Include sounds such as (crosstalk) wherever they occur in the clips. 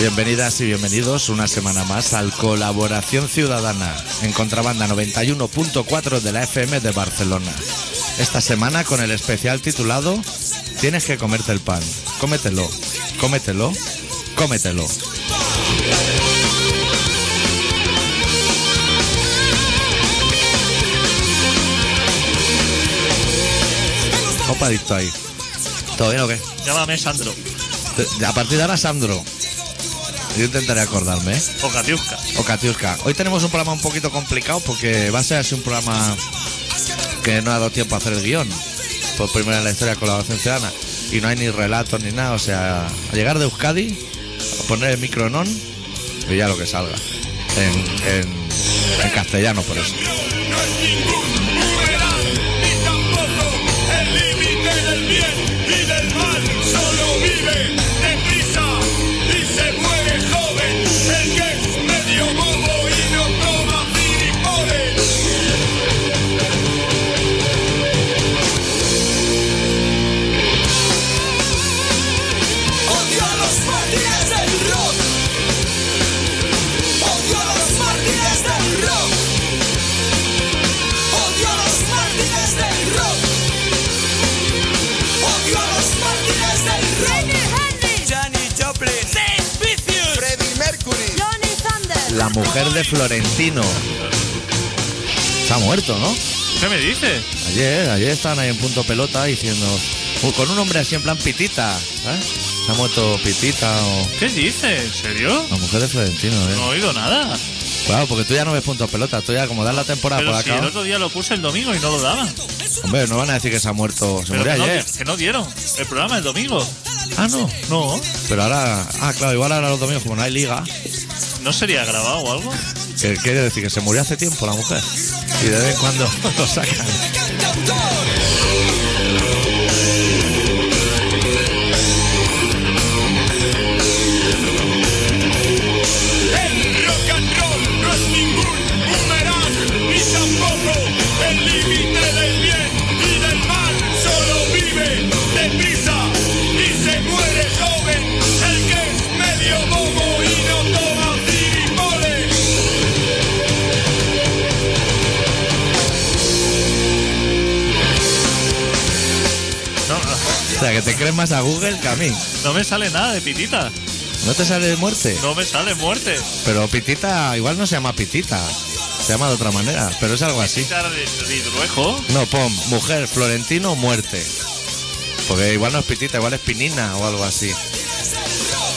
Bienvenidas y bienvenidos una semana más al Colaboración Ciudadana en Contrabanda 91.4 de la FM de Barcelona. Esta semana con el especial titulado Tienes que comerte el pan. Cómetelo, cómetelo, cómetelo. Opadito ahí. ¿Todo bien o qué? Llámame Sandro Te- A partir de ahora, Sandro. Yo intentaré acordarme, ¿eh? o Katiuska. O Katiuska. Hoy tenemos un programa un poquito complicado porque va a ser así un programa que no ha dado tiempo a hacer el guión. Por primera en la historia de colaboración ciudadana. Y no hay ni relato ni nada. O sea, a llegar de Euskadi, a poner el micro en on y ya lo que salga. En, en- en castellano, por eso. No es ningún numeral, ni tampoco el límite del bien y del mal. Solo vive deprisa y se muere joven. El que es medio bobo y no toma gilipollas. Odio a los mártires del rock. Odio a los mártires del rock. Odio a los mártires del rock. Odio a los mártires del rock. Johnny Joplin, Freddie Mercury, Johnny Thunder. La mujer de Florentino. Se ha muerto, ¿no? ¿Qué me dices? Ayer, ayer estaban ahí en punto pelota diciendo. "Uh, con un hombre así en plan pitita, ¿eh? Se ha muerto pitita o. ¿Qué dices? ¿En serio? La mujer de Florentino, ¿eh? No he oído nada. Claro, porque tú ya no ves punto pelota, tú ya como das la temporada Pero Ah, por si acá. el otro día lo puse el domingo y no lo daban. Hombre, no van a decir que se ha muerto, se Pero murió que no, ayer. que no dieron el programa el domingo. Ah, no. No, Pero ahora, ah, claro, igual ahora los domingos, como no hay liga, no sería grabado o algo. que quiere decir que se murió hace tiempo la mujer. Y de vez en cuando (laughs) lo sacan. Cantautor. El rock and roll no es ningún numeral, ni tampoco el límite del bien y del mal. Solo vive deprisa y se muere joven. El que es medio bobo y no toma gilipollas. No, no, O sea, que te crees más a Google que a mí. no me sale nada de pitita. ¿No te sale de muerte? No me sale muerte. Pero pitita, igual no se llama pitita, se llama de otra manera, pero es algo así. Pitita de, de Hidruejo. No, pon mujer, florentino, muerte. Porque igual no es pitita, igual es pinina o algo así.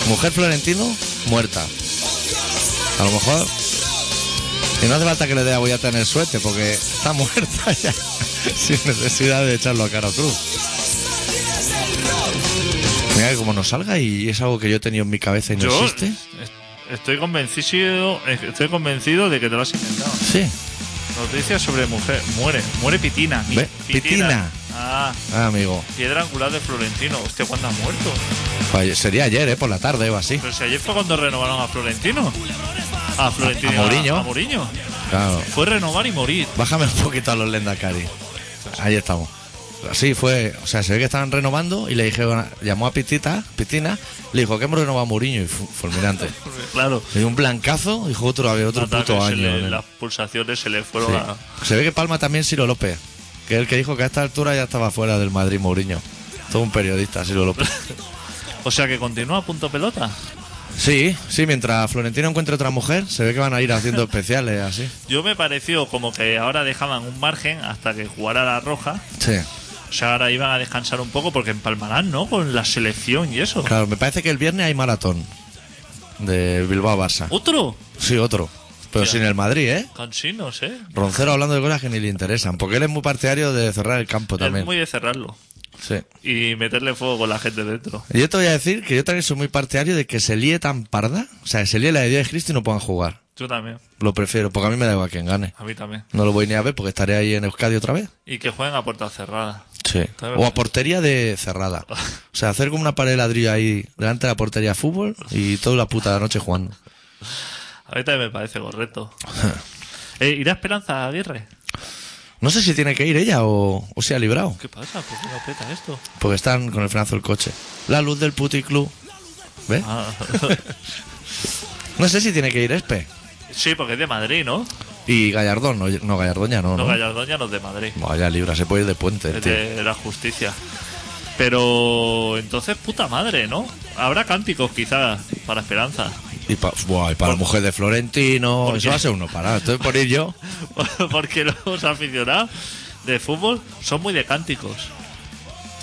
Mujer florentino, muerta. A lo mejor. Y no hace falta que le dé a Boyata en el suete, porque está (laughs) muerta ya. Sin necesidad de echarlo a cara cruz. Mira que como nos salga y es algo que yo he tenido en mi cabeza y no Yo existe. es- estoy convencido, eh, estoy convencido de que te lo has inventado. Sí. Noticias sobre mujer. Muere, muere Pitina. Mi- Ve, Pitina. Ah, Ah, amigo. piedra angular de Florentino. Hostia, ¿cuándo ha muerto? Pues Sería ayer, ¿eh? Por la tarde o así. Pero si ayer fue cuando renovaron a Florentino. A Florentino. A- a Mourinho. A, Mourinho. Claro. Fue renovar y morir. Bájame un poquito a los Lendakari. Ahí estamos. Así fue, o sea, se ve que estaban renovando y le dijeron, a- llamó a Pitita, Pitina, le dijo que hemos renovado a Mourinho y fu- fulminante. Claro. Le dio un blancazo y dijo otro, había otro Nada, que puto se año. le- nene. las pulsaciones se le fueron Sí. a. Se ve que Palma también Siro López, que es el que dijo que a esta altura ya estaba fuera del Madrid Mourinho. Todo un periodista, Siro (laughs) López. O sea que continúa a punto pelota. Sí, sí, mientras Florentino encuentre otra mujer, se ve que van a ir haciendo especiales así. Yo me pareció como que ahora dejaban un margen hasta que jugara la roja. Sí. O sea, ahora iban a descansar un poco porque empalmarán, ¿no? Con la selección y eso. Claro, me parece que el viernes hay maratón de Bilbao a Barça. Otro. Sí, otro. Pero Hostia. sin el Madrid, ¿eh? Cansinos, ¿eh? Roncero hablando de cosas que ni le interesan, porque él es muy partidario de cerrar el campo Es también. muy de cerrarlo. Sí. Y meterle fuego con la gente dentro. Y Yo te voy a decir que yo también soy muy partidario de que se líe tan parda, o sea, que se líe la idea de Cristo y no puedan jugar. Yo también. Lo prefiero, porque a mí me da igual quién gane. A mí también. No lo voy ni a ver porque estaré ahí en Euskadi otra vez. Y que jueguen a puerta cerrada. Sí. O a portería de cerrada. O sea, hacer como una pared de ladrillo ahí delante de la portería de fútbol y toda la puta noche jugando. A mí también me parece (laughs) correcto. Eh, ¿Irá Esperanza Aguirre? No sé si tiene que ir ella o, o se ha librado, ¿Qué pasa? ¿Por qué no peta esto? porque están con el frenazo del coche. La luz del puticlub. ¿Ves? Ah, No sé si tiene que ir Espe. (laughs) Sí, porque es de Madrid, ¿no? Y Gallardón, no, no Gallardón ya no. No, ¿no? Gallardón ya no es de Madrid. Vaya libra, se puede ir de puente, Es tío. de la justicia. Pero entonces, puta madre, ¿no? Habrá cánticos quizás para Esperanza. (laughs) Y, pa- buah, y para la mujer de Florentino, ¿Por eso qué? va a ser uno parado. Estoy por ir yo. Porque los aficionados de fútbol son muy de cánticos.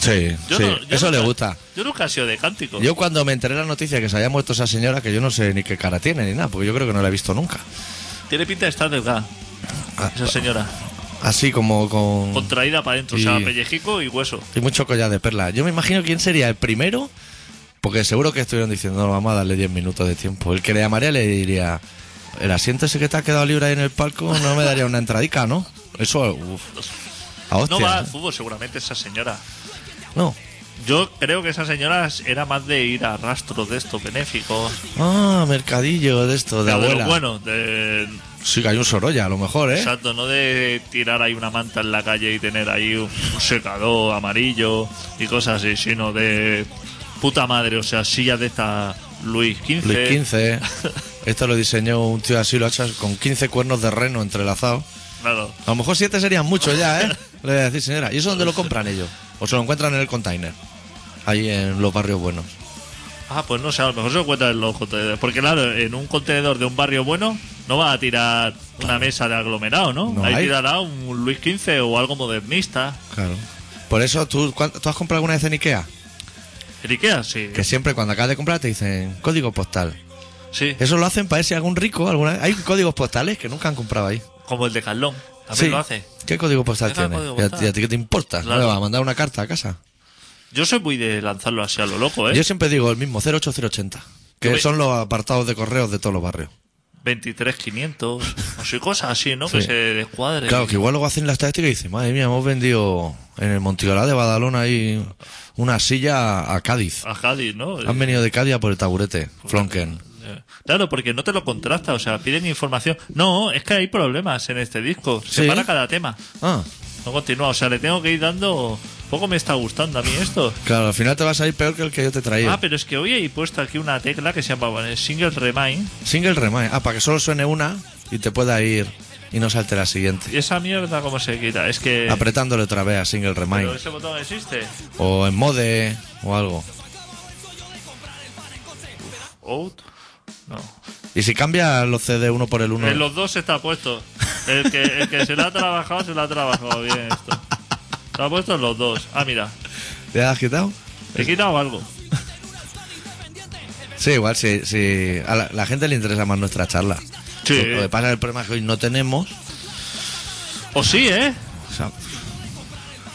Sí, Yo sí. no- yo eso le nunca- gusta. Yo nunca he sido de cánticos. Yo cuando me enteré la noticia que se había muerto esa señora, que yo no sé ni qué cara tiene ni nada, porque yo creo que no la he visto nunca. Tiene pinta de estar delgada. Esa señora. Así como Mm. con... Contraída para adentro. Y- O sea, pellejico y hueso. Y mucho collar de perla. Yo me imagino quién sería el primero, porque seguro que estuvieron diciendo, no, vamos a darle 10 minutos de tiempo. El que le llamaría le diría, el asiento ese que te ha quedado libre ahí en el palco no me daría una entradica, ¿no? Eso, uff. A hostia. ¿eh? No va al fútbol seguramente esa señora. No. Yo creo que esa señora era más de ir a rastros de estos benéficos. Ah, mercadillo de esto, de Pero abuela. ¿Eh? lo bueno, de, Sí, que hay un Sorolla, a lo mejor, ¿eh? exacto, no de tirar ahí una manta en la calle y tener ahí un secador amarillo y cosas así, sino de puta madre, o sea, sillas de esta Luis XV. Luis 15. Esto lo diseñó un tío así, lo ha hecho con 15 cuernos de reno entrelazados. Claro. A lo mejor 7 serían muchos ya, ¿eh? Le voy a decir, señora. ¿Y eso dónde lo compran ellos? ¿O se lo encuentran en el container? Ahí en los barrios buenos. Ah, pues no sé, a lo mejor se lo cuentan en los contenedores. Porque claro, en un contenedor de un barrio bueno no va a tirar una mesa de aglomerado, ¿no? No Ahí hay. tirará un Luis XV o algo modernista. Claro. Por eso, ¿tú, cuán- ¿tú has comprado alguna vez en Ikea? ¿El Ikea? Sí. Que siempre cuando acabas de comprar te dicen código postal. Sí. Eso lo hacen para ver si algún rico alguna vez. Hay códigos postales que nunca han comprado ahí. Como el de Carlón. También Sí. lo hace. ¿Qué código postal Deja el tiene? código ¿Y a- postal. ¿Y a ti qué te importa? ¿No Claro. le vas a mandar una carta a casa? Yo soy muy de lanzarlo así a lo loco, ¿eh? Yo siempre digo el mismo, 08080. Que Yo ve- son los apartados de correos de todos los barrios. 23500. O sea, cosas así, ¿no? Que Sí. se descuadre. Claro, que igual luego hacen la estadística y dicen, madre mía, hemos vendido en el Montigalá de Badalona ahí una silla a Cádiz. A Cádiz, ¿no? Han venido de Cádiz a por el taburete, Flonken. Eh, Claro, porque no te lo contrasta, o sea, piden información. No, es que hay problemas en este disco. Se Sí. para cada tema. Ah, No continúa, o sea, le tengo que ir dando. Poco me está gustando a mí esto. claro, al final te vas a ir peor que el que yo te traía. Ah, pero es que hoy he puesto aquí una tecla que se llama eh, Single Remind. Single remind. Ah, para que solo suene una y te pueda ir y no salte la siguiente. ¿Y esa mierda cómo se quita? Es que. Apretándole otra vez a single Pero Ah, remind. ese botón existe. O en mode o algo. Out. No. Y si cambias los CD uno por el uno. En los dos está puesto. El que, el que se la ha trabajado, se la ha trabajado bien esto. Se ha puesto en los dos. Ah, mira. ¿Te has quitado? He quitado algo. Sí, igual, sí, sí. A la, la gente le interesa más nuestra charla. Sí. Lo, lo que pasa es el problema es que hoy no tenemos. O sí, ¿eh? O sea,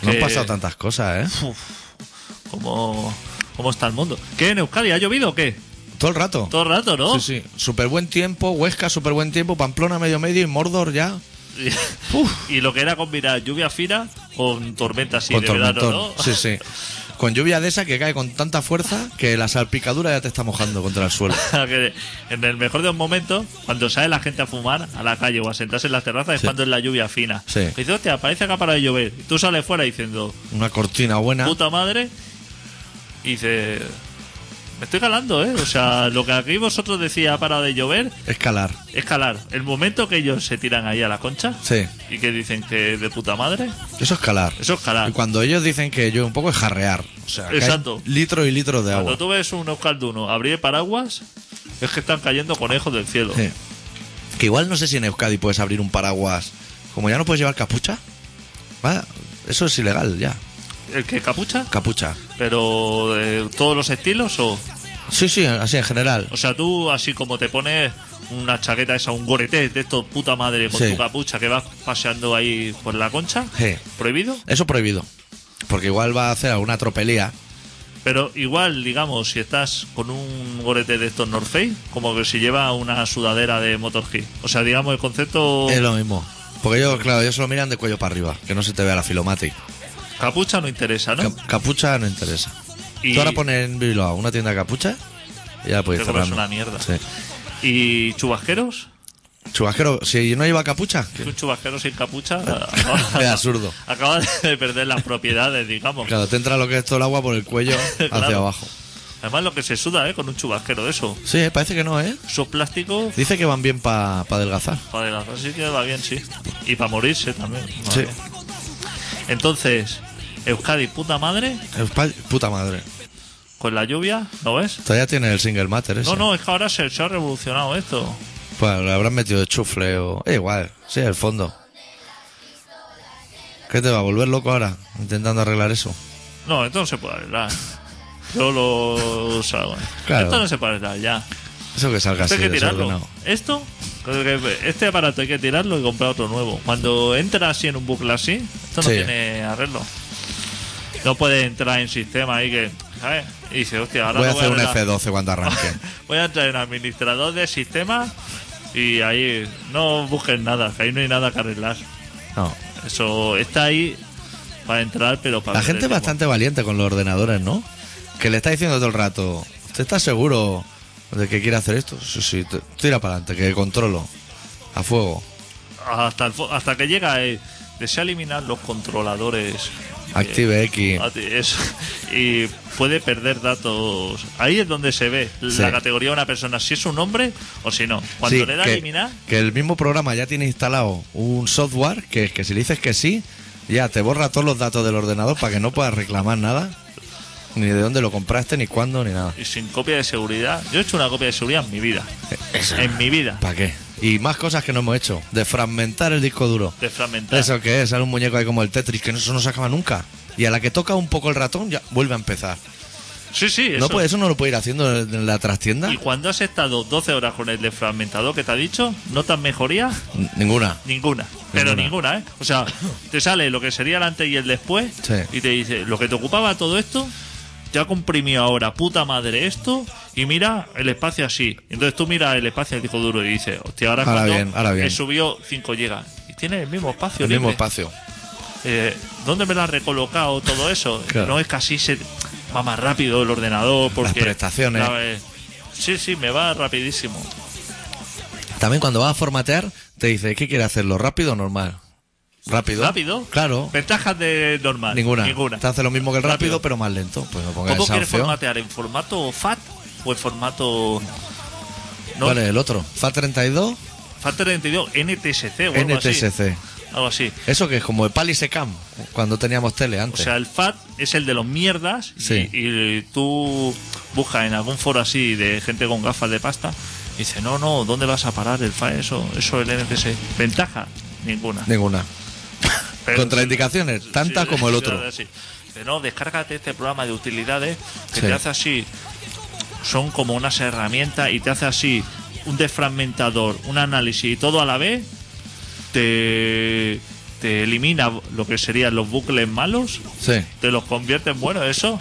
no han Que- pasado tantas cosas, ¿eh? ¿Cómo, ¿Cómo está el mundo? ¿Qué en Euskadi? ¿Ha llovido o qué? Todo el rato. Todo el rato, ¿no? Sí, sí. Súper buen tiempo, Huesca, súper buen tiempo, Pamplona, medio medio y Mordor ya. (laughs) Y lo que era combinar lluvia fina con tormenta así con de tormentón. verano, ¿no? (laughs) Sí, sí. Con lluvia de esa que cae con tanta fuerza que la salpicadura ya te está mojando contra el suelo. Que en el mejor de los momentos, cuando sale la gente a fumar a la calle o a sentarse en las terrazas, es Sí. cuando es la lluvia fina. Sí. Y dices, hostia, parece que ha parado de llover. Y tú sales fuera diciendo, Una cortina buena. puta madre. Y dice, me estoy calando, ¿eh? O sea, (laughs) lo que aquí vosotros decía para de llover Escalar. es calar. El momento que ellos se tiran ahí a la concha Sí. y que dicen que de puta madre, Eso es calar. eso es calar. Y cuando ellos dicen que llueve un poco es jarrear. O sea, caen Exacto. litros y litros de Cuando agua. tú ves un euskalduno abrir paraguas, es que están cayendo conejos del cielo. Sí. Que igual no sé si en Euskadi puedes abrir un paraguas. Como ya no puedes llevar capucha, ¿va? Eso es ilegal ya. El que capucha, Capucha. pero de todos los estilos o... Sí, sí, así en general. O sea, tú así como te pones una chaqueta esa, un gorete de estos puta madre con Sí. tu capucha que vas paseando ahí por la concha, Sí. prohibido. Eso prohibido. Porque igual va a hacer alguna tropelía. Pero igual, digamos, si estás con un gorete de estos North Face, como que si lleva una sudadera de Motor G. O sea, digamos, el concepto Es lo mismo. Porque ellos, claro, ellos se lo miran de cuello para arriba. Que no se te vea la filomatic. capucha no interesa, ¿no? Cap- capucha no interesa. Y- Tú ahora pones en Bilbao una tienda de capucha y ya la puedes Te cerrar. compras ¿no? una mierda. Sí. ¿Y chubasqueros? Chubasquero, si no lleva (laughs) capucha, Un chubasquero (laughs) sin capucha es absurdo. acaba de perder las propiedades, digamos. (laughs) Claro, te entra lo que es todo el agua por el cuello hacia Claro. abajo. Además, lo que se suda, ¿eh? Con un chubasquero de eso. Sí, eh, parece que no, ¿eh? Esos plásticos, Dice que van bien para adelgazar. para adelgazar, así que va bien, sí. Y para morirse también. Sí. Vale. Entonces, Euskadi, puta madre, Euskadi- Puta madre. con la lluvia, ¿no ves? Todavía tiene el single matter ese. No, no, es que ahora se, se ha revolucionado esto. Bueno, le habrán metido de chufle o... eh, igual, sí, el fondo. ¿Qué te va a volver loco ahora? Intentando arreglar eso. No, esto no se puede arreglar. Yo lo salgo. Claro. Esto no se puede arreglar ya. Eso que salga Esto así hay que tirarlo. desordenado. Esto, creo que este aparato hay que tirarlo y comprar otro nuevo. Cuando entra así en un bucle así, esto no Sí. tiene arreglo. No puede entrar en sistema ahí que, ¿sabes? Y dice, hostia, ahora Voy a no hacer un arreglar- F12 cuando (laughs) arranque. voy a entrar en administrador de sistemas y ahí no busques nada, que ahí no hay nada que arreglar. No. Eso está ahí para entrar, pero para La perder gente es tiempo. bastante valiente con los ordenadores, ¿no? Que le está diciendo todo el rato, ¿usted está seguro de que quiere hacer esto? Sí, sí, t- tira para adelante, que controlo. A fuego. hasta, el fo- hasta que llega eh, desea eliminar los controladores Active X. a ti, eso, y puede perder datos ahí es donde se ve la Sí. categoría de una persona si es un hombre o si no cuando Sí, le da a que, eliminar que el mismo programa ya tiene instalado un software que, que si le dices que sí, ya te borra todos los datos del ordenador para que no puedas reclamar nada, ni de dónde lo compraste, ni cuándo, ni nada. y sin copia de seguridad yo he hecho una copia de seguridad en mi vida en mi vida ¿Para qué? Y más cosas que no hemos hecho, de fragmentar el disco duro. de fragmentar Eso que es, sale un muñeco ahí como el Tetris, que eso no se acaba nunca. Y a la que toca un poco el ratón, ya vuelve a empezar. sí sí eso. ¿No puede, ¿Eso no lo puede ir haciendo en la trastienda? y cuando has estado 12 horas con el desfragmentador que te ha dicho notas mejoría N- Ninguna. Ninguna, pero Ninguna. ninguna, ¿eh? O sea, te sale lo que sería el antes y el después Sí. y te dice, lo que te ocupaba todo esto, te ha comprimido ahora, puta madre, esto, y mira el espacio así. Entonces tú miras el espacio del disco duro y dices, hostia, ahora, es Ahora cuando bien, ahora bien. he subido 5 gigas. Y tiene el mismo espacio. El mismo libre. espacio. Eh, ¿Dónde me lo has recolocado todo eso? (laughs) Claro. No es que así se va más rápido el ordenador. Porque, prestaciones. ¿sabes? Sí, sí, me va rapidísimo. También cuando vas a formatear, te dice, ¿qué quiere hacerlo? ¿Rápido o normal? ¿Rápido? ¿Rápido? Claro. Ventajas de normal. Ninguna. Ninguna. Te hace lo mismo que el rápido, Rápido. pero más lento. Pues no pongas ¿Cómo esa quieres opción. formatear? ¿En formato FAT o en formato.? No, ¿Cuál es el otro? FAT32, FAT 32, NTSC o algo pues así. NTSC. Algo así. Eso que es como el Palisecam, cuando teníamos tele O antes. sea, el FAT es el de los mierdas. y- Sí. Y, tú buscas en algún foro así de gente con gafas de pasta. Y dice, no, no, ¿dónde vas a parar el FAT? Eso, eso el NTSC. ¿Ventaja? Ninguna. Ninguna. Pero- Contraindicaciones, tantas Sí, como el sí, otro. sí. Pero no, descárgate este programa de utilidades que Sí. te hace así. Son como unas herramientas y te hace así un desfragmentador, un análisis y todo a la vez. Te, te elimina lo que serían los bucles malos, Sí. te los convierte en buenos. Eso,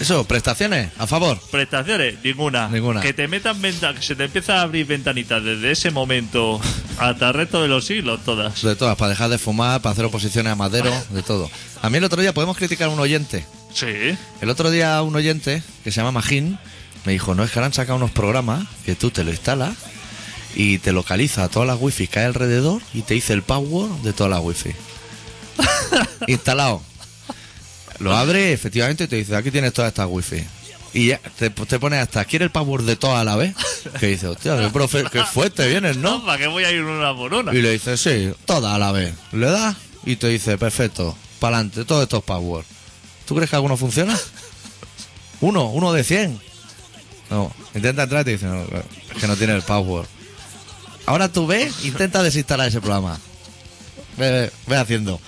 Eso, prestaciones, a favor. prestaciones, ninguna. Ninguna. Que te metan venta, que se te empieza a abrir ventanitas desde ese momento hasta el resto de los siglos, todas. De todas, para dejar de fumar, para hacer oposiciones a Madero, de todo. A mí el otro día podemos criticar a un oyente. Sí, El otro día un oyente que se llama Magín me dijo, no es que ahora han sacado unos programas que tú te lo instalas y te localiza todas las wifi que hay alrededor y te dice el password de todas las wifi. Instalado. Lo abre efectivamente y te dice, aquí tienes todas estas wifi. Y ya te, te pone hasta, ¿quiere el password de todas a la vez? Que dice, hostia, qué, profe, qué fuerte vienes, ¿no? ¿para qué voy a ir una por una? Y le dice, sí, todas a la vez. Le das y te dice, perfecto, para adelante, todos estos passwords. ¿Tú crees que alguno funciona? Uno, uno de 100. No, intenta entrar y te dice, no, es que no tiene el password. Ahora tú ves, intenta desinstalar ese programa. Ve, ve, ve haciendo,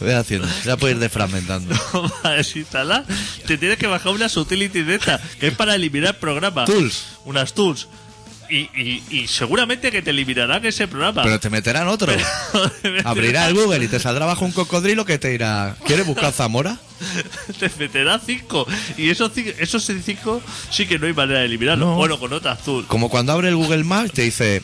ve haciendo. Ya puedes ir desfragmentando. (laughs) para desinstalar, te tienes que bajar unas utilities de estas, que es para eliminar programas. Tools. Unas tools. Y, y- y seguramente que te eliminarán ese programa. (laughs) Pero te meterán otro. Abrirá el Google y te saldrá bajo un cocodrilo que te dirá, ¿quieres buscar Zamora? Te meterá cinco. Y esos, ci- esos cinco sí que no hay manera de eliminarlos. No. Bueno, con otras tools. Como cuando abre el Google Maps te dice,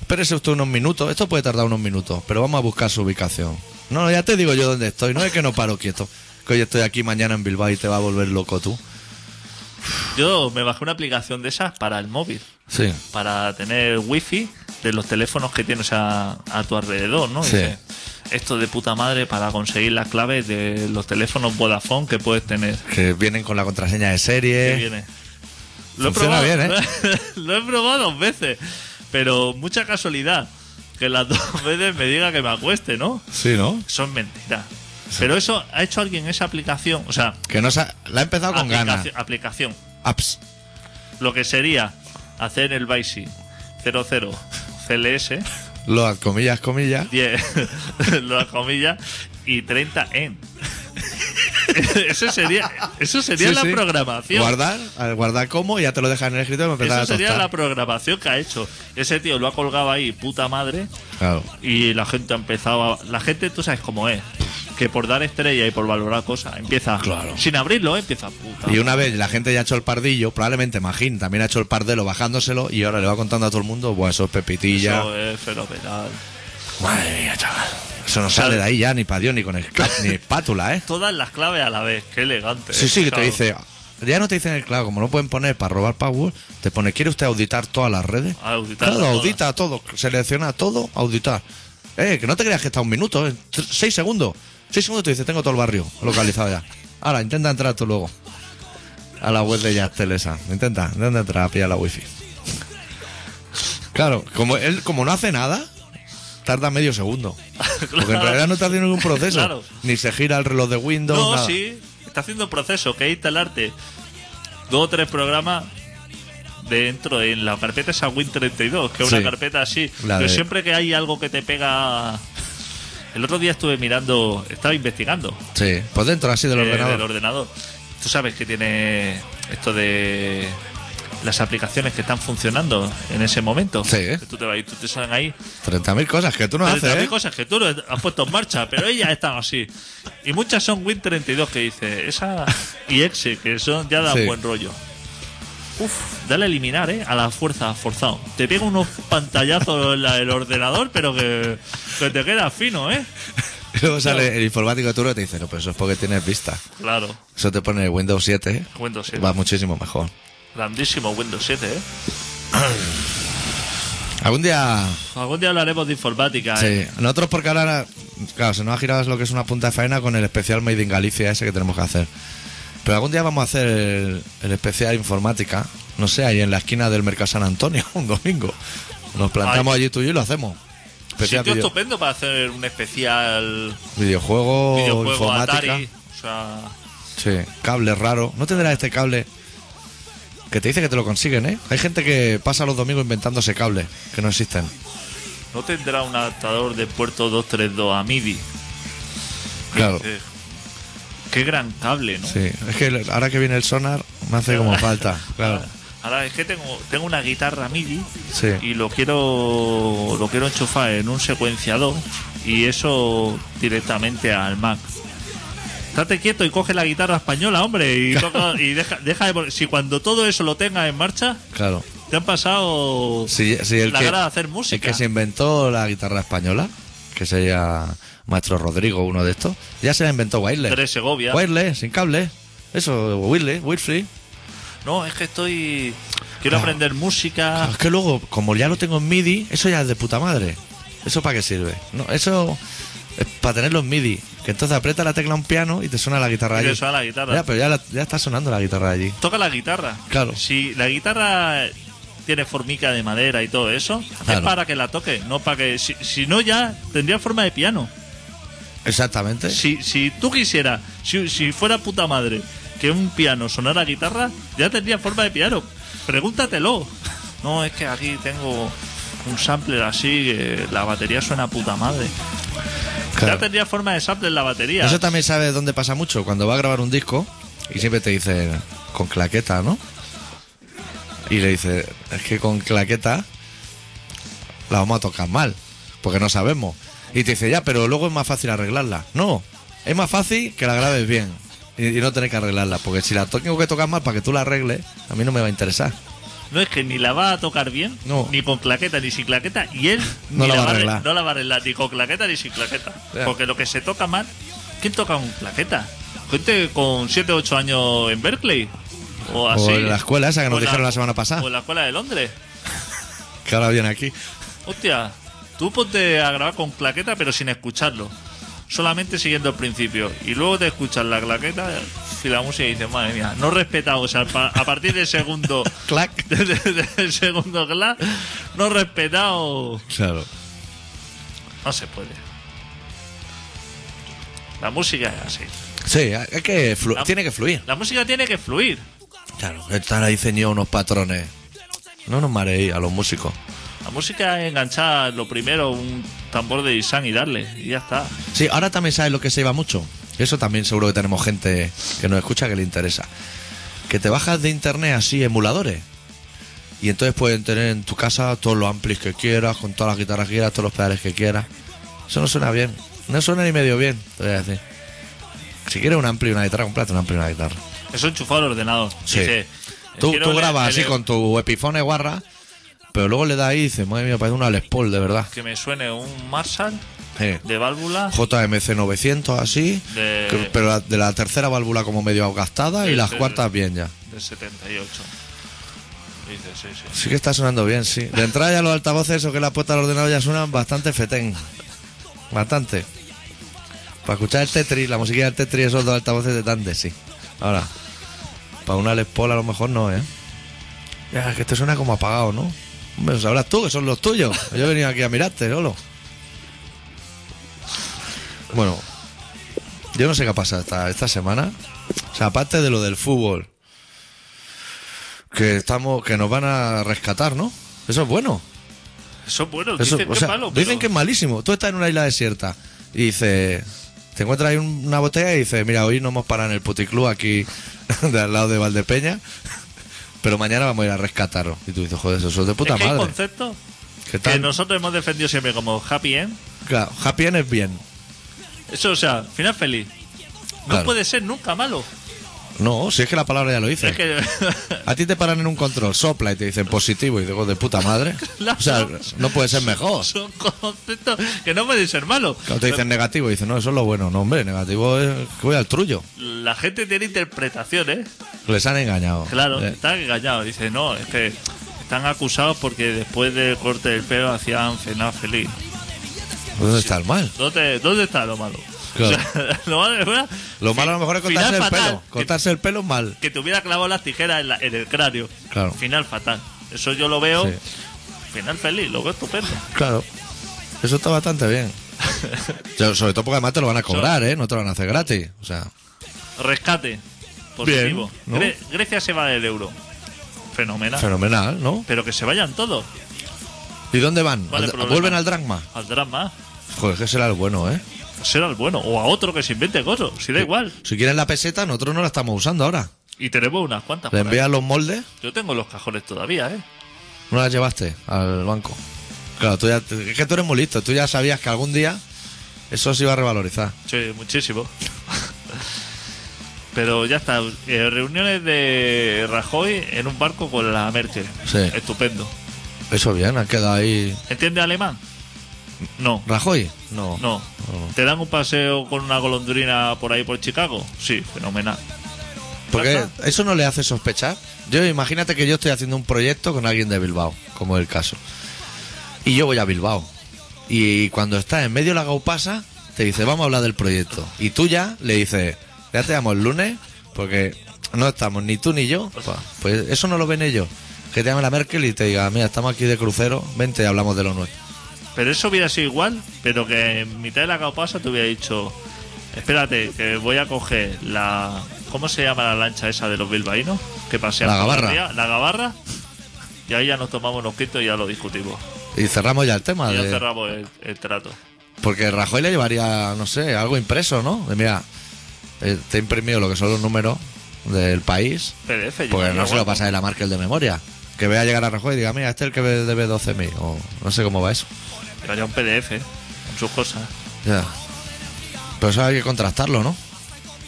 espérese usted unos minutos, esto puede tardar unos minutos, pero vamos a buscar su ubicación. No, ya te digo yo dónde estoy, no es que no paro quieto, que hoy estoy aquí mañana en Bilbao y te va a volver loco tú. Yo me bajé una aplicación de esas para el móvil. Sí. para tener wifi de los teléfonos que tienes a, a tu alrededor, ¿no? Y Sí. dices, Esto de puta madre para conseguir las claves de los teléfonos Vodafone que puedes tener. Que vienen con la contraseña de Que serie. viene. Lo he Eh, Funciona probado. bien, ¿eh? (laughs) lo he probado dos veces. Pero mucha casualidad que las (laughs) dos veces me diga que me acueste, ¿no? Sí, ¿no? Son mentiras. Pero eso ha hecho alguien esa aplicación. O sea, Que no sa- La ha empezado con ganas. Ah, aplicación, aplicación. Apps. Lo que sería hacer el Vice 00 CLS Load, comillas, comillas. 10, (laughs) las comillas, y 30 en. (laughs) eso sería, eso sería Sí, la sí. programación. Guardar, al guardar como, ya te lo dejas en el escritorio y empezar Eso a sería tostar. la programación que ha hecho. Ese tío lo ha colgado ahí, puta madre, Claro. y la gente ha empezado a... La gente, tú sabes cómo es, que por dar estrella y por valorar cosas, empieza... Claro. Sin abrirlo, ¿eh? empieza puta. Y una vez la gente ya ha hecho el pardillo, probablemente Magín también ha hecho el pardelo bajándoselo y ahora le va contando a todo el mundo, Buah, eso es pepitilla. Eso es fenomenal. Madre mía, chaval. Eso no sale de ahí ya ni pa' Dios ni con esca- ni espátula, ¿eh? Todas las claves a la vez, qué elegante. Sí, sí, que te Claro. (laughs) dice. Ya no te dicen el claro, como no pueden poner para robar Power, te pone, ¿quiere usted auditar todas las redes? Ah, auditar Claro, todas. audita todo, selecciona todo, auditar. Eh, que no te creas que está un minuto, eh, tr- seis segundos. Seis segundos te dice, tengo todo el barrio localizado ya. Ahora, intenta entrar tú luego. A la web de Yastel esa. Intenta, intenta entrar a pillar la wifi. Claro, como él como no hace nada, tarda medio segundo. Porque en (laughs) Claro. realidad no está haciendo ningún proceso. Claro. Ni se gira el reloj de Windows. No, nada. sí, está haciendo un proceso que es instalarte dos o tres programas dentro en la carpeta esa Win32, que es una Sí. carpeta así. La pero de- siempre que hay algo que te pega. El otro día estuve mirando, estaba investigando Sí, pues dentro así del eh, ordenador. del ordenador. Tú sabes que tiene esto de las aplicaciones que están funcionando en ese momento. Sí, ¿eh? Que tú te vas y tú te salen ahí 30.000 cosas que tú no haces. pero ¿eh? hay cosas que tú lo has puesto en marcha, pero ellas están así. Y muchas son Win32 que dice, esa y Exe, que son ya da Sí. buen rollo. Uf, dale a eliminar, ¿eh? A la fuerza, forzado. Te pega unos pantallazos en la- el ordenador, pero que, que te queda fino, ¿eh? Y luego sale el informático turno y te dice, no, pero eso es porque tienes vista. Claro, Eso te pone Windows 7, ¿eh? Windows 7. va muchísimo mejor. Grandísimo Windows 7, ¿eh? Algún día, Algún día hablaremos de informática, ¿eh? sí. Nosotros porque ahora, claro, se nos ha girado lo que es una punta de faena con el especial Made in Galicia ese que tenemos que hacer. Pero algún día vamos a hacer el, el especial informática, no sé, ahí en la esquina del Mercado San Antonio, (laughs) un domingo. Nos plantamos allí tú y yo y lo hacemos. Especial Sitio video- estupendo para hacer un especial videojuego, videojuego Oh, informática. Atari. O sea, Sí, cable raro. ¿No tendrás este cable que te dice que te lo consiguen, eh? Hay gente que pasa los domingos inventándose cables que no existen. no tendrá un adaptador de puerto 232 a MIDI. Claro. Eh, Qué gran cable, ¿no? Sí, es que ahora que viene el sonar me hace como falta. Claro. Ahora es que tengo, tengo una guitarra MIDI Sí. y lo quiero lo quiero enchufar en un secuenciador y eso directamente al Mac. Estate quieto y coge la guitarra española, hombre, (laughs) y, toca- y deja, deja de pon- si cuando todo eso lo tengas en marcha, Claro. te han pasado Si, si el la que, gana de hacer el música. que se inventó la guitarra española, que sería Maestro Rodrigo, uno de estos, ya se la inventó Wireless. Andrés Segovia. Wireless, sin cable. Eso, Wireless, Wireless. No, es que estoy quiero Claro. aprender música. Claro, Ah, es que luego, como ya lo tengo en MIDI, eso ya es de puta madre. ¿Eso para qué sirve? No, eso es para tenerlo en MIDI. Que entonces aprieta la tecla a un piano y te suena la guitarra Y te allí. suena la guitarra. Ya, pero ya, la- ya está sonando la guitarra allí. Toca la guitarra. Claro. Si la guitarra tiene formica de madera y todo eso, es Claro. para que la toque, no para que. Si, si no, ya tendría forma de piano. Exactamente. Si, si tú quisieras, si, si fuera puta madre que un piano sonara guitarra, ya tendría forma de piano. Pregúntatelo. No, es que aquí tengo un sampler así, que la batería suena a puta madre. Ya Claro. tendría forma de sampler la batería. Eso también sabes dónde pasa mucho. Cuando va a grabar un disco y siempre te dice con claqueta, ¿no? Y le dice, es que con claqueta la vamos a tocar mal, porque no sabemos. Y te dice, ya, pero luego es más fácil arreglarla. No, es más fácil que la grabes bien y, y no tener que arreglarla, porque si la to- tengo que tocar mal para que tú la arregles, a mí no me va a interesar. (laughs) No es que ni la va a tocar bien, No. ni con claqueta ni sin claqueta, y él No ni la va a arre- arreglar. no la va a arreglar, ni con claqueta ni sin claqueta. Ya. Porque lo que se toca mal, ¿quién toca con claqueta? Gente con 7 o 8 años en Berkeley. O así. en la escuela esa que nos O en dijeron la semana pasada. O en la escuela de Londres. Que ahora viene aquí. Hostia, tú ponte a grabar con claqueta pero sin escucharlo. Solamente siguiendo el principio. Y luego te escuchas la claqueta y la música y dices, madre mía, no respetaos. al pa- A partir (laughs) del segundo. Clac. desde (laughs) el segundo class, no respetado. Claro. No se puede. La música es así. Sí, hay que flu- La- tiene que fluir. La música tiene que fluir. Claro, están ahí ceñidos unos patrones. No nos mareéis a los músicos. La música es enganchar lo primero un tambor de Isan y darle. Y ya está. Sí, ahora también sabes lo que se iba mucho. Eso también seguro que tenemos gente que nos escucha que le interesa. Que te bajas de internet así emuladores. Y entonces pueden tener en tu casa todos los amplis que quieras, con todas las guitarras que quieras, todos los pedales que quieras. Eso no suena bien. No suena ni medio bien, te voy a decir. Si quieres un ampli y una guitarra, comprate un ampli y una guitarra. Eso enchufado al ordenador. Sí. Dice, eh, Tú, quiero tú que- grabas que así le- con tu epifone guarra, pero luego le das ahí y dices, madre mía, parece una Les Paul, de verdad. Que me suene un Marshall Sí. de válvula. JMC 900 así, De- que- pero la- de la tercera válvula como medio gastada y Sí, las sí, cuartas sí. bien ya. De 78. Dice, sí, sí. Sí que está sonando bien, sí. De entrada ya los altavoces o que la puerta al ordenador ya suenan bastante fetén. Bastante. Para escuchar el Tetris, la musiquilla del Tetris, esos dos altavoces de Tande, sí. Ahora, para una Les Paul a lo mejor no, ¿eh? Ya, es que esto suena como apagado, ¿no? Hombre, lo sabrás tú, que son los tuyos. Yo he venido aquí a mirarte, solo. Bueno, yo no sé qué ha pasado esta, esta semana. O sea, aparte de lo del fútbol, que estamos que nos van a rescatar, ¿no? Eso es bueno. Eso es bueno. Eso, dicen o que sea, es malo, dicen pero- que es malísimo. Tú estás en una isla desierta y dices, te encuentras ahí un- una botella y dices, mira, hoy no hemos parado en el puticlub aquí (laughs) de al lado de Valdepeña, (laughs) pero mañana vamos a ir a rescatarlo. Y tú dices, joder, eso es de puta es que hay madre. conceptos ¿Qué que tal? nosotros hemos defendido siempre como happy end. Claro, happy end es bien. Eso, o sea, final feliz. No Claro. puede ser nunca malo. No, si es que la palabra ya lo dice. Es que (laughs) A ti te paran en un control, sopla y te dicen positivo y digo, de puta (laughs) madre. O sea, no puede ser mejor. son conceptos que no pueden ser malos. Cuando te dicen negativo, dices, no, eso es lo bueno. No, hombre, negativo es que voy al trullo. La gente tiene interpretaciones, ¿eh? Les han engañado. claro, Eh, están engañados. Dice, no, es que están acusados porque después del corte del pelo hacían final feliz. ¿Dónde pues está el mal? ¿Dónde, dónde está lo malo? Claro. (laughs) O sea, lo malo, es- Lo malo a lo mejor es Final cortarse el fatal. pelo. Cortarse el pelo es mal. que te hubiera clavado las tijeras en, la- en el cráneo. Claro. Final fatal. Eso yo lo veo. Sí. Final feliz, lo veo estupendo. Claro. Eso está bastante (laughs) bien. Yo- Sobre todo porque además te lo van a cobrar, ¿eh? No te lo van a hacer gratis. O sea, Rescate. Positivo. Bien, ¿no? Gre- Grecia se va del euro. Fenomenal. fenomenal, ¿no? Pero que se vayan todos ¿Y dónde van? ¿Cuál es el ¿Al- problema? ¿Vuelven al dragma? al drama. Joder, que será el bueno, ¿eh? Será el bueno. O a otro que se invente cosas. Si da igual. Si quieren la peseta, nosotros no la estamos usando ahora. Y tenemos unas cuantas. Le por ahí. envían los moldes, Yo tengo los cajones todavía, ¿eh? no las llevaste al banco. Claro, tú ya, es que tú eres muy listo. Tú ya sabías que algún día eso se iba a revalorizar. Sí, muchísimo. (laughs) Pero ya está. Eh, reuniones de Rajoy en un barco con la Merkel. Sí. Estupendo. Eso bien, han quedado ahí. ¿Entiende alemán? No. ¿Rajoy? No. No. ¿Te dan un paseo con una golondrina por ahí por Chicago? Sí, fenomenal. Porque Ajá. eso no le hace sospechar. Yo imagínate que yo estoy haciendo un proyecto con alguien de Bilbao, como es el caso. Y yo voy a Bilbao. Y cuando estás en medio de la gaupasa, te dice, vamos a hablar del proyecto. Y tú ya le dices, ya te llamo el lunes, porque no estamos ni tú ni yo. Pa, Pues eso no lo ven ellos. Que te llame la Merkel y te diga, mira, estamos aquí de crucero, vente y hablamos de lo nuestro. Pero eso hubiera sido igual, pero que en mitad de la caupasa te hubiera dicho, espérate, que voy a coger la... ¿Cómo se llama la lancha esa de los bilbaínos? Que pasean La por gabarra. ría, La gabarra. Y ahí ya nos tomamos unos quitos y ya lo discutimos. Y cerramos ya el tema. Y ya de- cerramos el, el trato. Porque Rajoy le llevaría, no sé, algo impreso, ¿no? De, mira, eh, te he imprimido lo que son los números del país. PDF. Porque yo- Pues no se lo bueno, pasa de la Merkel de memoria. Que vea llegar a Rajoy y diga, mira, este es el que debe 12.000. O no sé cómo va eso. llevaría un PDF con sus cosas. Ya. Pero eso hay que contrastarlo, ¿no?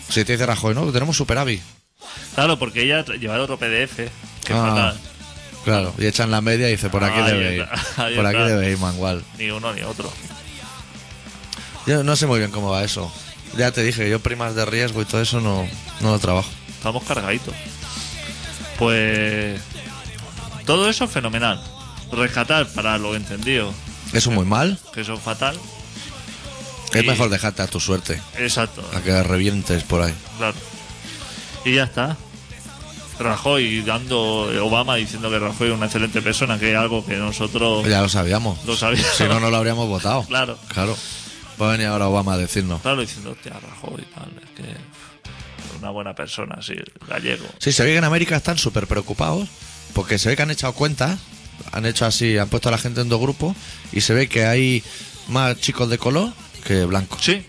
Si te dice Rajoy, no, tenemos superávit. Claro, porque ella tra- llevaba otro PDF. Que Ah, fatal. Claro. Y echan la media y dice, por aquí Ahí debe ir. está, ahí Por aquí está. debe ir, Mangual. Ni uno ni otro. Yo no sé muy bien cómo va eso. Ya te dije, yo primas de riesgo y todo eso no, no lo trabajo. Estamos cargaditos. Pues todo eso es fenomenal. Rescatar para lo entendido, Eso muy mal. que eso es fatal. Es Sí. mejor dejarte a tu suerte. Exacto, A que revientes por ahí. claro. Y ya está. Rajoy dando Obama diciendo que Rajoy es una excelente persona, que es algo que nosotros Ya lo sabíamos. Lo sabíamos. Si no, no lo habríamos votado. (laughs) Claro. Claro. Va a venir ahora Obama a decirnos. Claro, diciendo, hostia, Rajoy, tal, es que es una buena persona, así, gallego. Sí, se ve que en América están súper preocupados porque se ve que han echado cuentas, han hecho así, han puesto a la gente en dos grupos y se ve que hay más chicos de color que blancos. Sí,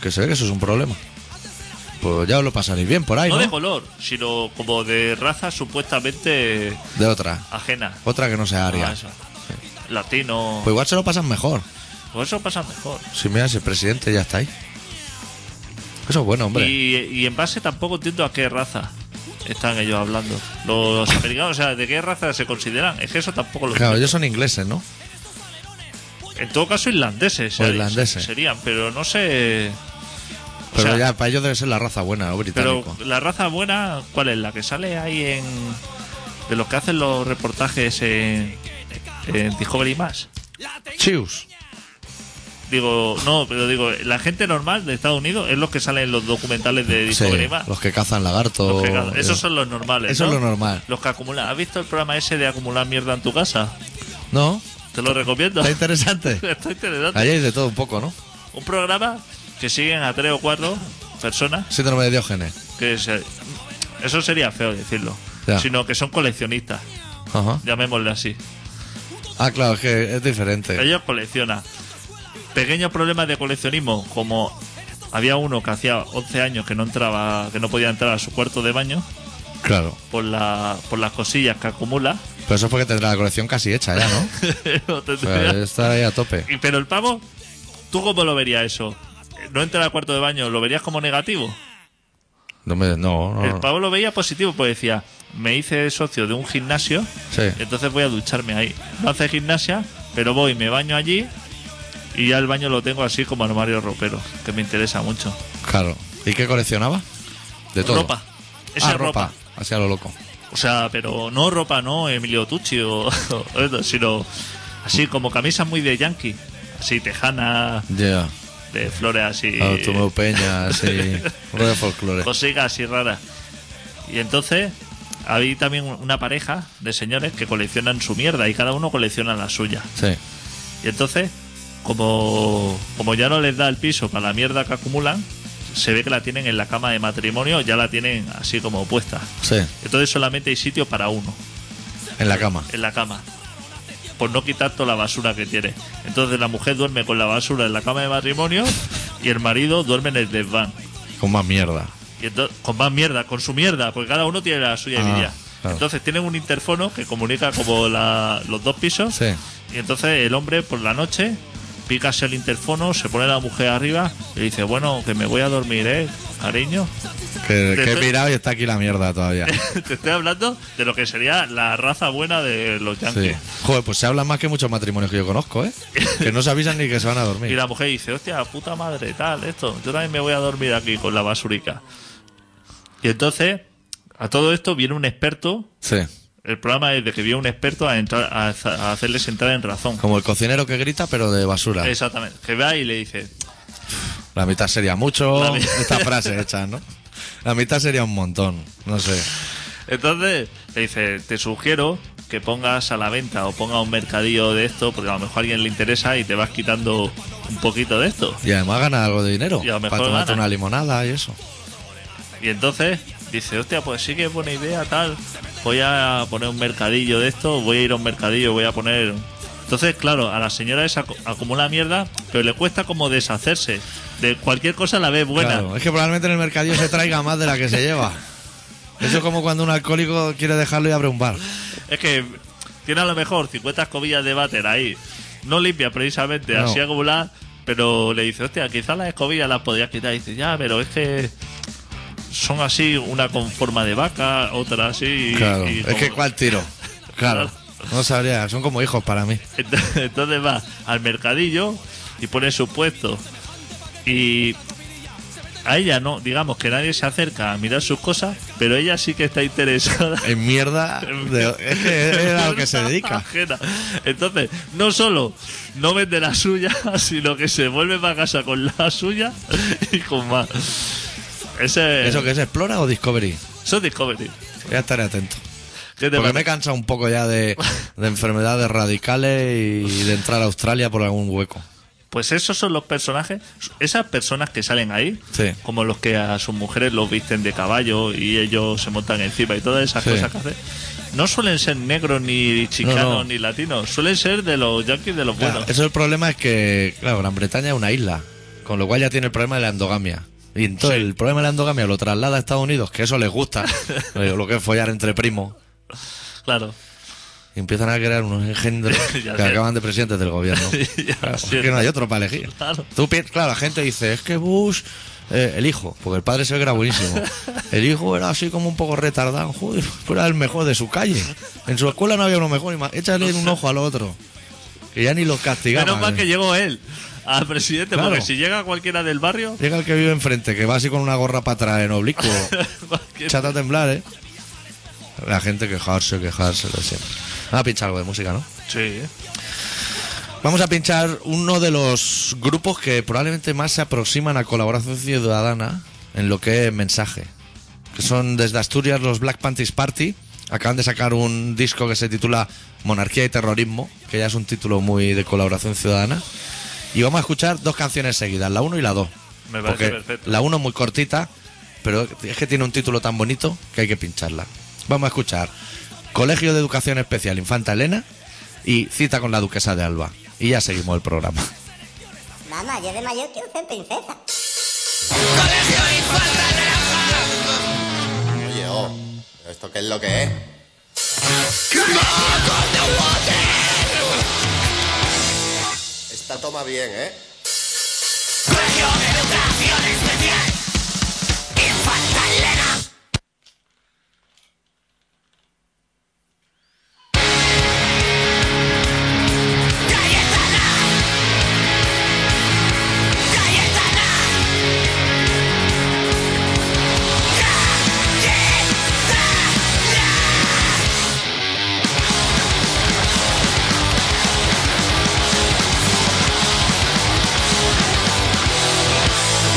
Que se ve que eso es un problema. Pues ya os lo pasaréis bien por ahí, no ¿no? de color, sino como de raza supuestamente De otra. ajena. Otra que no sea aria. Ah, eso. Latino. Pues Pues, igual se lo pasan mejor. eso pasa mejor. Si mira, si el presidente ya está ahí. Eso es bueno, hombre. Y, y en base tampoco entiendo a qué raza están ellos hablando. (laughs) Los americanos, o sea, ¿de qué raza se consideran? Es que eso tampoco lo Claro, entiendo. ellos son ingleses, ¿no? En todo caso, irlandeses. O se- Pues irlandeses. Serían, pero no sé. o Pero sea, ya para ellos debe ser la raza buena, ¿no? Pero Británico. la raza buena, ¿cuál es? La que sale ahí en. de los que hacen los reportajes en. en Discovery más. Chius. Digo, no, pero digo, la gente normal de Estados Unidos es los que salen en los documentales de Sí, Discovery más. los que cazan lagartos. eh, Los que ca- esos son los normales. Eso ¿no? es lo normal. Los que acumulan. ¿Has visto el programa ese de acumular mierda en tu casa? No, Te lo recomiendo. (laughs) está interesante. Está interesante. Allí hay de todo un poco, ¿no? Un programa que siguen a tres o cuatro personas Síndrome de Diógenes. que se- eso sería feo decirlo. Ya. Sino que son coleccionistas, Ajá. llamémosle así. Ah, claro, es que es diferente. Ellos coleccionan pequeños problemas de coleccionismo, como había uno que hacía 11 años que no entraba, que no podía entrar a su cuarto de baño Claro. por, la, por las cosillas que acumula. (laughs) Pero eso es porque tendrá la colección casi hecha ya, ¿no? No O sea, tendría- está ahí a tope. Y- Pero el pavo, ¿tú cómo lo verías eso? No entrar al cuarto de baño, ¿lo verías como negativo? No, me, no, no, El no. pavo lo veía positivo, pues decía, me hice socio de un gimnasio, Sí. entonces voy a ducharme ahí. No hace gimnasia, pero voy, me baño allí y ya el baño lo tengo así como armario ropero, que me interesa mucho. Claro. ¿Y qué coleccionaba? De todo. Ropa. Esa ah, ropa. Así a lo loco. O sea, pero no ropa, no Emilio Tucci, o, (laughs) o esto, sino así como camisas muy de yankee, así tejana, Ya. de flores así. Yeah. Peña, (laughs) así. Uno de folclore. cositas así raras. Y entonces había también una pareja de señores que coleccionan su mierda y cada uno colecciona la suya. Sí. Y entonces, como, como ya no les da el piso para la mierda que acumulan, se ve que la tienen en la cama de matrimonio, ya la tienen así como puesta. Sí. Entonces solamente hay sitio para uno En la cama. en la cama. Por no quitar toda la basura que tiene. Entonces la mujer duerme con la basura en la cama de matrimonio y el marido duerme en el desván. Con más mierda. Y ento- con más mierda, con su mierda, porque cada uno tiene la suya y Ah, mía. claro. Entonces tienen un interfono que comunica como la- los dos pisos. Sí. Y entonces el hombre por la noche pica así el interfono, se pone la mujer arriba y dice, bueno, que me voy a dormir, ¿eh? Cariño. (laughs) Que, Te que he estoy- pirado y está aquí la mierda (laughs) todavía. Te estoy hablando de lo que sería la raza buena de los Sí. yankees. Joder, pues se habla más que muchos matrimonios que yo conozco, ¿eh? Que no se avisan ni que se van a Y dormir. la mujer dice, hostia, puta madre, tal, esto. Yo también me voy a dormir aquí con la basurica. Y entonces, a todo esto viene un experto. Sí. El programa es de que viene un experto a, entrar, a, haza- a hacerles entrar en razón. Como el cocinero que grita, pero de basura. Exactamente. Que va y le dice, La mitad sería mucho. La mi- Esta frase hecha, ¿no? La mitad sería un montón. No sé. Entonces le dice, te sugiero que pongas a la venta o pongas un mercadillo de esto, porque a lo mejor a alguien le interesa y te vas quitando un poquito de esto. Y además gana algo de dinero. Y a lo mejor para tomarte gana. una limonada y eso. Y entonces dice, hostia, pues sí que es buena idea, tal. Voy a poner un mercadillo de esto, voy a ir a un mercadillo, voy a poner... Entonces, claro, a la señora esa acu- acumula mierda, pero le cuesta como deshacerse. De cualquier cosa la ve buena. Claro, es que probablemente en el mercadillo se traiga más de la que se lleva. Eso es como cuando un alcohólico quiere dejarlo y abre un bar. Es que tiene a lo mejor 50 escobillas de váter ahí. No limpia precisamente, No. así acumuladas. Pero le dice, hostia, quizás las escobillas las podías quitar. Y dice, ya, pero es que son así, una con forma de vaca, otra así. y- Claro, y es como- que (laughs) cuál tiro. Claro, no sabría, son como hijos para mí. Entonces va al mercadillo y pone su puesto. Y a ella no, digamos que nadie se acerca a mirar sus cosas, pero ella sí que está interesada En mierda, de- es (laughs) que es a lo que se dedica. Ajena. Entonces, no solo no vende la (laughs) suya, sino que se vuelve para casa con la suya y con más. Ese, ¿Eso que es Explora o Discovery? Eso es Discovery. Ya estaré atento. ¿Qué Porque te parece? me he cansado un poco ya de, de enfermedades radicales y de entrar a Australia por algún hueco. Pues esos son los personajes, esas personas que salen ahí, Sí. como los que a sus mujeres los visten de caballo y ellos se montan encima y todas esas Sí. cosas que hacen, no suelen ser negros ni chicanos No, no. ni latinos, suelen ser de los yanquis de los Claro, buenos. eso el problema es que, claro, Gran Bretaña es una isla, con lo cual ya tiene el problema de la endogamia. Y entonces Sí. el problema de la endogamia lo traslada a Estados Unidos, que eso les (laughs) gusta, lo que es follar entre primos. Claro. Y empiezan a crear unos engendros que (laughs) Ya sé. acaban de presidentes del gobierno. (laughs) Ya Claro, es sé. que no hay otro para elegir. Claro. Tú pi- claro, la gente dice, es que Bush, eh, el hijo, porque el padre se ve que era buenísimo. (laughs) El hijo era así como un poco retardado, joder, (laughs) pero era el mejor de su calle. En su escuela no había uno mejor, ima- échale un ojo al otro. Que ya ni los castigaban. Menos mal eh. que llegó él al presidente, Claro. porque si llega cualquiera del barrio, (laughs) Llega el que vive enfrente, que va así con una gorra para atrás en oblicuo. cualquier- Chata a temblar, ¿eh? La gente quejarse, quejarse, lo siempre. Vamos a pinchar algo de música, ¿no? sí, Vamos a pinchar uno de los grupos que probablemente más se aproximan a colaboración ciudadana en lo que es mensaje. Que son desde Asturias los Black Panties Party. Acaban de sacar un disco que se titula Monarquía y Terrorismo, que ya es un título muy de colaboración ciudadana. Y vamos a escuchar dos canciones seguidas, la 1 y la 2. Me parece Porque perfecto. La 1 muy cortita, pero es que tiene un título tan bonito que hay que pincharla. Vamos a escuchar Colegio de Educación Especial Infanta Elena y Cita con la Duquesa de Alba. Y ya seguimos el programa. Mamá, yo de mayor quiero ser princesa. Oye, oh, ¿esto qué es lo que es? Esta toma bien, ¿eh?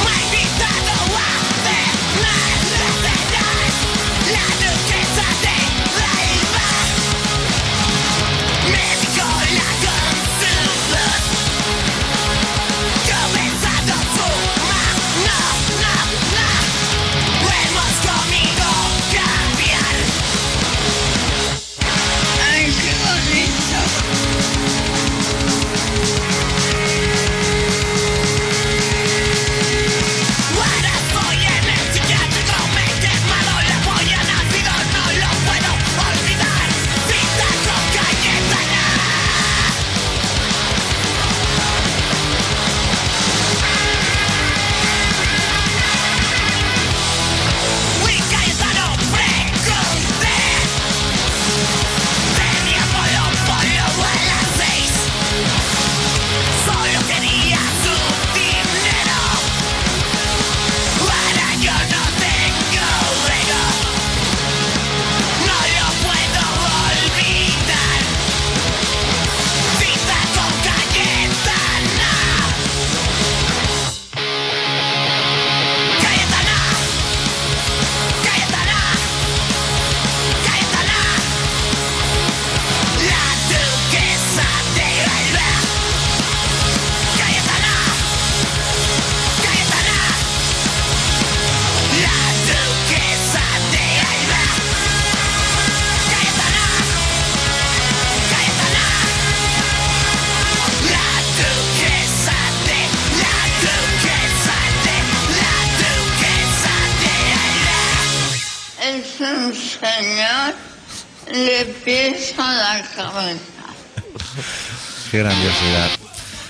Maldita loa de Madreseras, la duquesa de Alba. Mezcla con sus comenzando su mano, no, no. Hemos comido cambiar. Ay, qué bonito. Ahora soy en el psiquiátrico, me he quemado, la polla ha nacido, no lo puedo olvidar. Cita con Cayetana. Uy, Cayetano, pregunté. Tenía polo, polo a las seis. Solo quería su dinero. Ahora yo no tengo juego No lo puedo olvidar Cita con Cayetana Cayetana Cayetana Cayetana La duquesa de Alba Cayetana Cayetana la duquesa de Alba Cayetana Cayetana La duquesa de La duquesa de La duquesa de Alba es un señor de pies a la cabeza. Qué grandiosidad.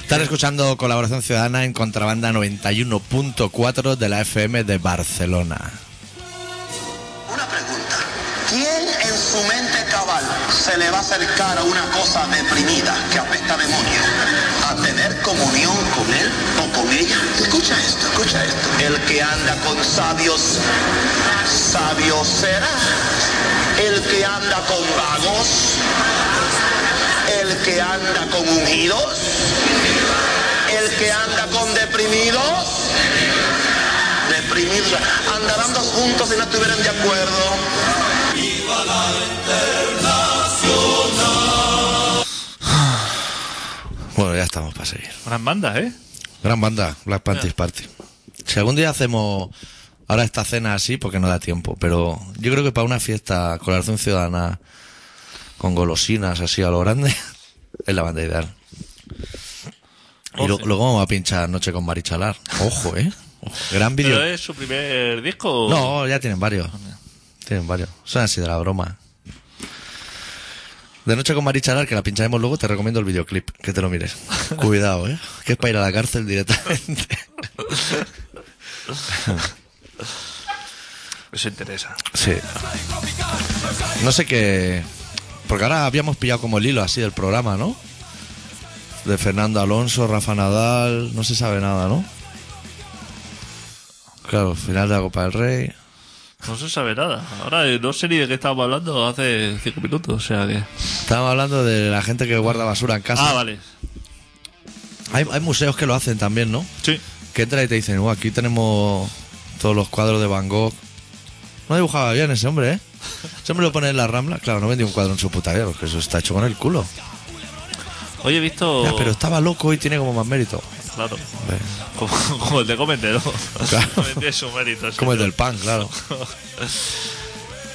Están escuchando Colaboración Ciudadana en Contrabanda 91.4 de la FM de Barcelona. Una pregunta. ¿Quién en su mente cabal se le va a acercar a una cosa deprimida que apesta a demonio a tener comunión con él o con ella? Escucha esto, escucha esto. El que anda con sabios, sabio será. El que anda con vagos, el que anda con ungidos, el que anda con deprimidos, deprimido deprimirla. Andarán dos juntos si no estuvieran de acuerdo. Bueno, ya estamos para seguir. Unas bandas, ¿eh? Gran banda, Black Panties Ah. Party. Si algún día hacemos ahora esta cena así, porque no da tiempo, pero yo creo que para una fiesta con la acción ciudadana, con golosinas así a lo grande, (laughs) es la banda ideal. Y lo- Ojo. luego vamos a pinchar Noche con Marichalar. Ojo, ¿eh? Ojo, Gran vídeo. ¿Pero es su primer disco? No, ya tienen varios. Tienen varios. Son así de la broma. De noche con Marichalar, que la pincharemos luego, te recomiendo el videoclip, que te lo mires. Cuidado, ¿eh? Que es para ir a la cárcel directamente. Eso interesa. Sí. No sé qué. Porque ahora habíamos pillado como el hilo así del programa, ¿no? De Fernando Alonso, Rafa Nadal, no se sabe nada, ¿no? Claro, final de la Copa del Rey. No se sabe nada. Ahora eh, no sé ni de qué estábamos hablando hace cinco minutos, o sea que... Estábamos hablando de la gente que guarda basura en casa. Ah, vale. hay, hay museos que lo hacen también, ¿no? Sí. que entra y te dicen, "Buah, aquí tenemos todos los cuadros de Van Gogh. No dibujaba bien ese hombre, ¿eh? Ese hombre lo pone en la rambla. Claro, no vendió un cuadro en su puta vida, porque eso está hecho con el culo. Hoy he visto... Ya, pero estaba loco y tiene como más mérito. Claro. Eh, Como, como el de Cometero. Claro. (laughs) Tiene su mérito. sí. Como el del pan, claro.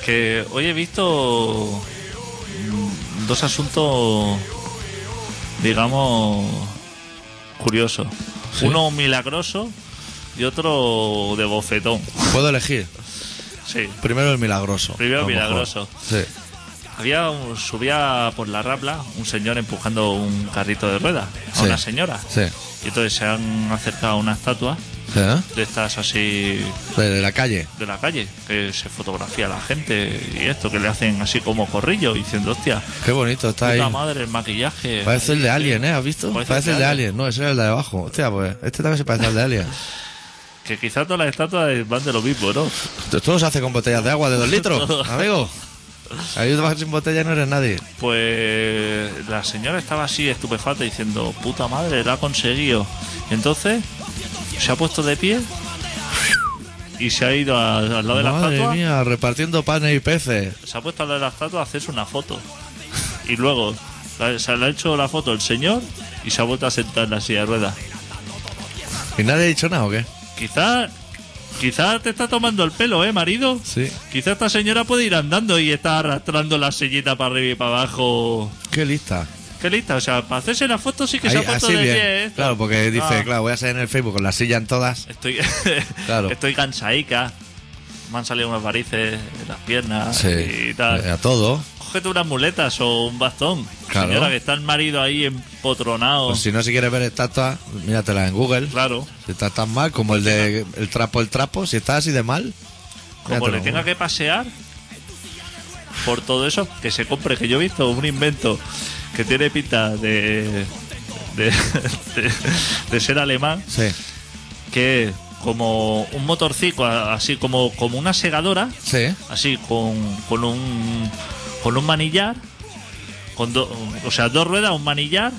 Que hoy he visto mm, dos asuntos, digamos, curiosos. Sí. Uno milagroso y otro de bofetón. Puedo elegir. Sí. Primero el milagroso. Primero a lo mejor. milagroso. Sí. Había un- subía por la rapla un señor empujando un carrito de ruedas a Sí. una señora. Sí. Y entonces se han acercado una estatua ¿Eh? de estas así De, de la calle. de la calle, que se fotografía a la gente y esto, que le hacen así como corrillo, diciendo, hostia, Qué bonito está ahí. puta madre el maquillaje. Parece el de Alien, ¿eh? ¿Has visto? Parece el Parece de el de Alien. Alien. No, ese era el de abajo. Hostia, pues este también se parece al de Alien. Que quizás todas las estatuas van de lo mismo, ¿no? Todo se hace con botellas de agua de dos (laughs) litros, amigo. Ahí vas sin botella y no eres nadie. Pues la señora estaba así estupefacta diciendo, puta madre, la ha conseguido. Y entonces se ha puesto de pie y se ha ido a- al lado de la Madre estatua. mía, repartiendo panes y peces. Se ha puesto al lado de la estatua a hacerse una foto. Y luego la- se le ha hecho la foto el señor y se ha vuelto a sentar en la silla de ruedas. ¿Y nadie ha dicho nada o qué? Quizás quizás te está tomando el pelo, ¿eh, marido? Sí. Quizás esta señora puede ir andando y está arrastrando la sellita para arriba y para abajo. Qué lista. Qué lista, o sea, para hacerse la foto sí que se Ahí, ha puesto así de bien. pie, ¿eh? Claro, porque dice, Ah. claro, voy a salir en el Facebook con la silla en todas. Estoy, (laughs) Claro. estoy cansaica. Me han salido unas varices en las piernas y tal. A todo. Cógete unas muletas o un bastón. Claro. Señora, que está el marido ahí empotronado. Pues si no, si quieres ver estatuas, míratela en Google. Oh. Claro. Si estás tan mal como el de el trapo, el trapo, si estás así de mal. Como míratelo le en tenga Google. que pasear por todo eso, que se compre. Que yo he visto un invento que tiene pinta de, de, (laughs) de- de ser alemán. Sí, que es como un motorcico, a- así como, como una segadora, sí. así con, con un con un manillar, con do- o sea, dos ruedas, un manillar,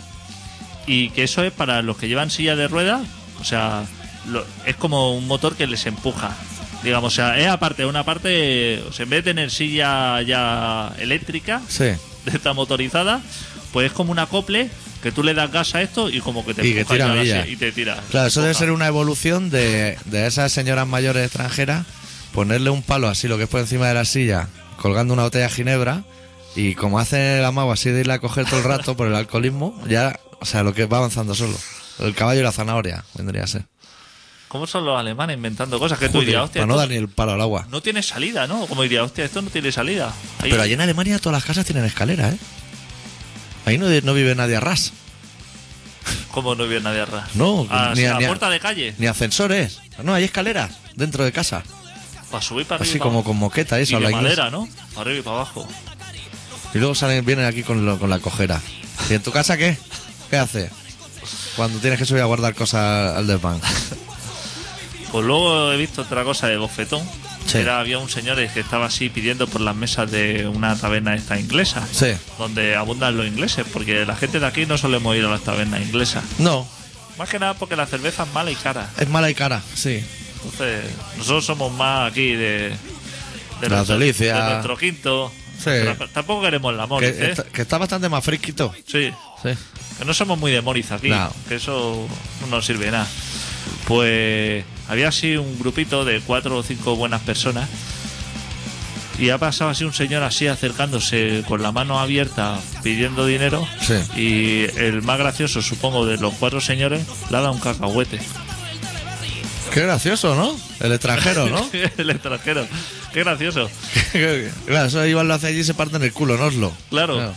y que eso es para los que llevan silla de ruedas, o sea, lo- es como un motor que les empuja. Digamos, o sea, es aparte, una parte, o sea, en vez de tener silla ya eléctrica, (laughs) Sí. de esta motorizada, pues es como un acople que tú le das gas a esto y como que te Y que empuja tira ya la milla. silla y te tira. Claro, eso debe Empuja. ser una evolución de, de esas señoras mayores extranjeras, ponerle un palo así, lo que es por encima de la silla, colgando una botella de ginebra, y como hace el amago así de irla a coger todo el rato por el alcoholismo, ya, o sea, lo que va avanzando solo. El caballo y la zanahoria, vendría a ser. ¿Cómo son los alemanes inventando cosas que tú Joder, dirías, hostia, para no esto dar ni el palo al agua. no tiene salida, ¿no? Como diría, hostia, esto no tiene salida. Ahí- Pero allí en Alemania todas las casas tienen escalera, ¿eh? Ahí no, no vive nadie a ras, ¿Cómo no viene nadie atrás? No, a, ni a- a la ni a- puerta de calle, ni ascensores. No, hay escaleras dentro de casa. para subir para arriba. y Así para como abajo. con moqueta, eso, y a la de inglesa. madera, ¿no? Para arriba y para abajo. Y luego salen, vienen aquí con, lo- con la cojera. ¿Y en tu casa qué? ¿Qué haces? Cuando tienes que subir a guardar cosas al desván. Pues luego he visto otra cosa de bofetón. Sí. Era, había un señor que estaba así pidiendo por las mesas de una taberna esta inglesa. Sí. Donde abundan los ingleses, porque la gente de aquí no solemos ir a las tabernas inglesas. No, Más que nada porque la cerveza es mala y cara. es mala y cara, sí. Entonces, nosotros somos más aquí de. de Las delicias. de nuestro quinto. Sí. Pero Tampoco queremos la Moritz, Que, ¿eh? está, que está bastante más fresquito. Sí. Sí. Que no somos muy de Moritz aquí. No. Que eso no nos sirve de nada. Pues había así un grupito de cuatro o cinco buenas personas. Y ha pasado así un señor así acercándose con la mano abierta pidiendo dinero. Sí. Y el más gracioso, supongo, de los cuatro señores, le ha dado un cacahuete. Qué gracioso, ¿no? El extranjero, (laughs) ¿no? (laughs) el extranjero. Qué gracioso. claro, eso Iván lo hace allí y se parte en el culo, en Oslo. Claro.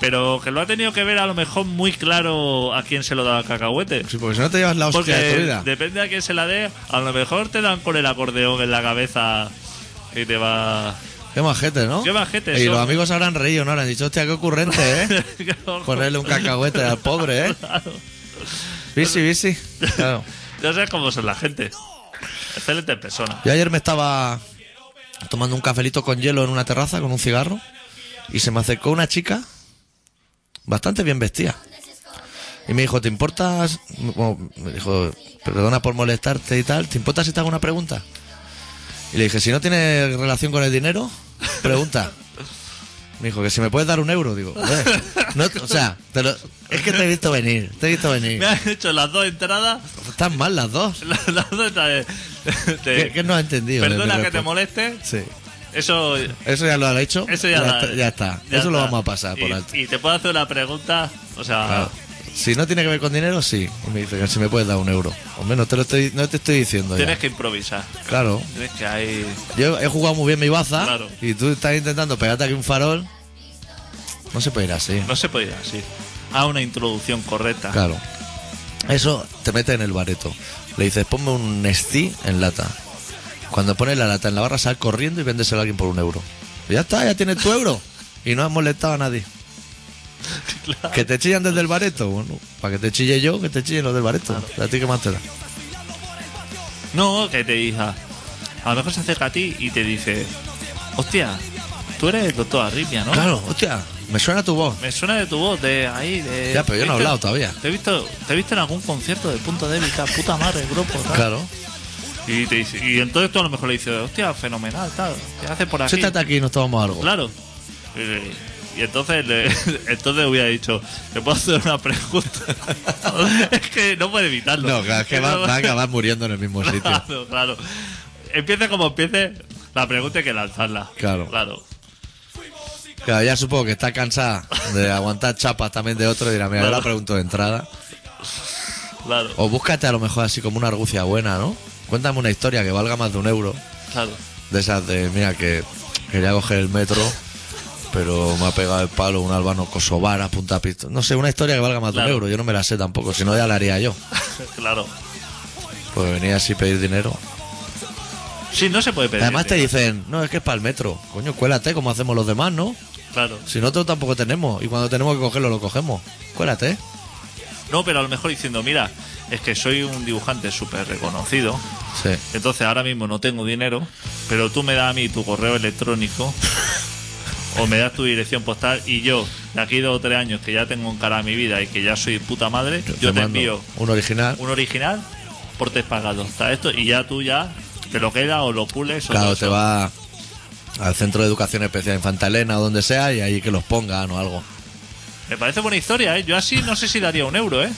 Pero que lo ha tenido que ver a lo mejor muy claro a quién se lo da el cacahuete. Sí, porque si no te llevas la Porque hostia de tu vida. depende a quién se la dé, a lo mejor te dan con el acordeón en la cabeza y (laughs) te va. (laughs) Qué majete, ¿no? Qué majete, Y eso. los amigos habrán reído, ¿no? Habrán dicho, hostia, qué ocurrente, (laughs) ¿eh? Ponerle un cacahuete al pobre, ¿eh? Bici, (laughs) bici. Claro. Yo sé cómo son la gente. Excelente persona. Yo ayer me estaba tomando un cafelito con hielo en una terraza con un cigarro y se me acercó una chica bastante bien vestida. Y me dijo, ¿te importas? Bueno, me dijo, perdona por molestarte y tal, ¿te importa si te hago una pregunta? Y le dije, si no tiene relación con el dinero, (laughs) pregunta. Me dijo, que si me puedes dar un euro, digo, "Joder, no te- o sea, te lo- es que te he visto venir, te he visto Me venir. han hecho las dos entradas. (laughs) Están mal las dos. Las dos entradas de- de- ¿Qué, qué no has entendido? de mi Eh, Perdona que te respuesta? moleste. Sí. Eso, Eso ya lo han hecho. eso ya, la- está, ya está. ya Eso lo está. vamos a pasar por Y- alto. Y te puedo hacer una pregunta. O sea, Claro. Si no tiene que ver con dinero, sí. Y me dice que si me puedes dar un euro. O menos te lo estoy, no te estoy diciendo. ya. tienes que improvisar. Claro. Tienes que ahí. Yo he jugado muy bien mi baza Claro. y tú estás intentando pegarte aquí un farol. No se puede ir así. No se puede ir así. A una introducción correcta. Claro. Ah. Eso te mete en el bareto. Le dices, ponme un Nestí en lata. Cuando pones la lata en la barra, sal corriendo y véndeselo a alguien por un euro. Y ya está, ya tienes tu euro. Y no has molestado a nadie. Que te chillan desde el bareto. Bueno, para que te chille yo, que te chillen los del bareto. A ti que más te da. No, que te diga. A lo mejor se acerca a ti y te dice: Hostia, tú eres el doctor Arritmia, ¿no? Claro, hostia, me suena tu voz. Me suena de tu voz, de ahí, de. Ya, pero yo no he ¿Viste? hablado todavía. Te he visto, te he visto en algún concierto de punto débil, tal, puta madre, grupo, tal. Claro. Y, te dice, y entonces tú a lo mejor le dices, hostia, fenomenal, tal. Te hace por aquí. Siéntate aquí y nos tomamos algo. Claro. Eh, Y, y entonces le- (laughs) entonces hubiera dicho, ¿te puedo hacer una pregunta? (laughs) es que no puede evitarlo. No, claro, es que va, va a acabar muriendo en el mismo (laughs) sitio. (laughs) Claro, claro. Empiece como empiece, la pregunta hay que lanzarla. Claro. Claro. Claro, ya supongo que está cansada de aguantar chapas también de otro y dirá, mira, ahora pregunto de entrada. Claro, O búscate a lo mejor así como una argucia buena, ¿no? Cuéntame una historia que valga más de un euro. claro. De esas de, mira, que quería coger el metro, pero me ha pegado el palo un albano kosovar a punta pistola. No sé, una historia que valga más de Claro. un euro. Yo no me la sé tampoco, si no ya la haría yo. Claro. Pues venía así a pedir dinero. Sí, no se puede pedir. Además te dinero. dicen, no, es que es para el metro. Coño, cuélate como hacemos los demás, ¿no? Claro. Si nosotros tampoco tenemos. Y cuando tenemos que cogerlo, lo cogemos. Cuélate. No, pero a lo mejor diciendo, mira, es que soy un dibujante súper reconocido. Sí. Entonces ahora mismo no tengo dinero, pero tú me das a mí tu correo electrónico o me das tu dirección postal y yo, de aquí dos o tres años que ya tengo encarada mi vida y que ya soy puta madre, yo mando te envío Un original. un original por te pagado. Está esto y ya tú ya te lo quedas o lo pules o Claro, todo te eso. va al centro de educación especial Infantalena o donde sea y ahí que los pongan o algo. Me parece buena historia, ¿eh? Yo así no sé si daría un euro, ¿eh?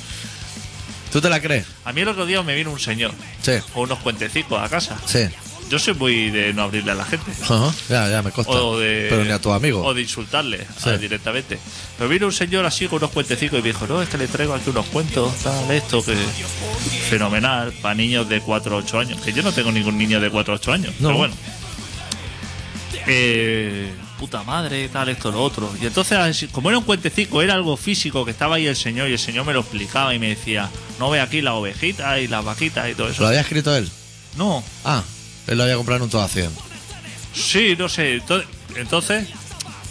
¿Tú te la crees? A mí el otro día me vino un señor Sí, con unos cuentecicos a casa. sí. Yo soy muy de no abrirle a la gente. Ajá, Ya, ya me consta. O de, Pero ni a tus amigos. O de insultarle Sí. ah, directamente. Pero vino un señor así con unos cuentecicos y me dijo, no, es que le traigo aquí unos cuentos, tal, esto, que fenomenal, para niños de 4 o 8 años. Que yo no tengo ningún niño de 4 o 8 años, No. pero bueno. Eh, puta madre, tal, esto, lo otro. Y entonces, así, como era un cuentecico, era algo físico que estaba ahí el señor y el señor me lo explicaba y me decía, no ve aquí las ovejitas y las vaquitas y todo ¿Lo eso. había escrito él? No, Ah, él lo había comprado en un todo a 100. Sí, no sé. ento- Entonces,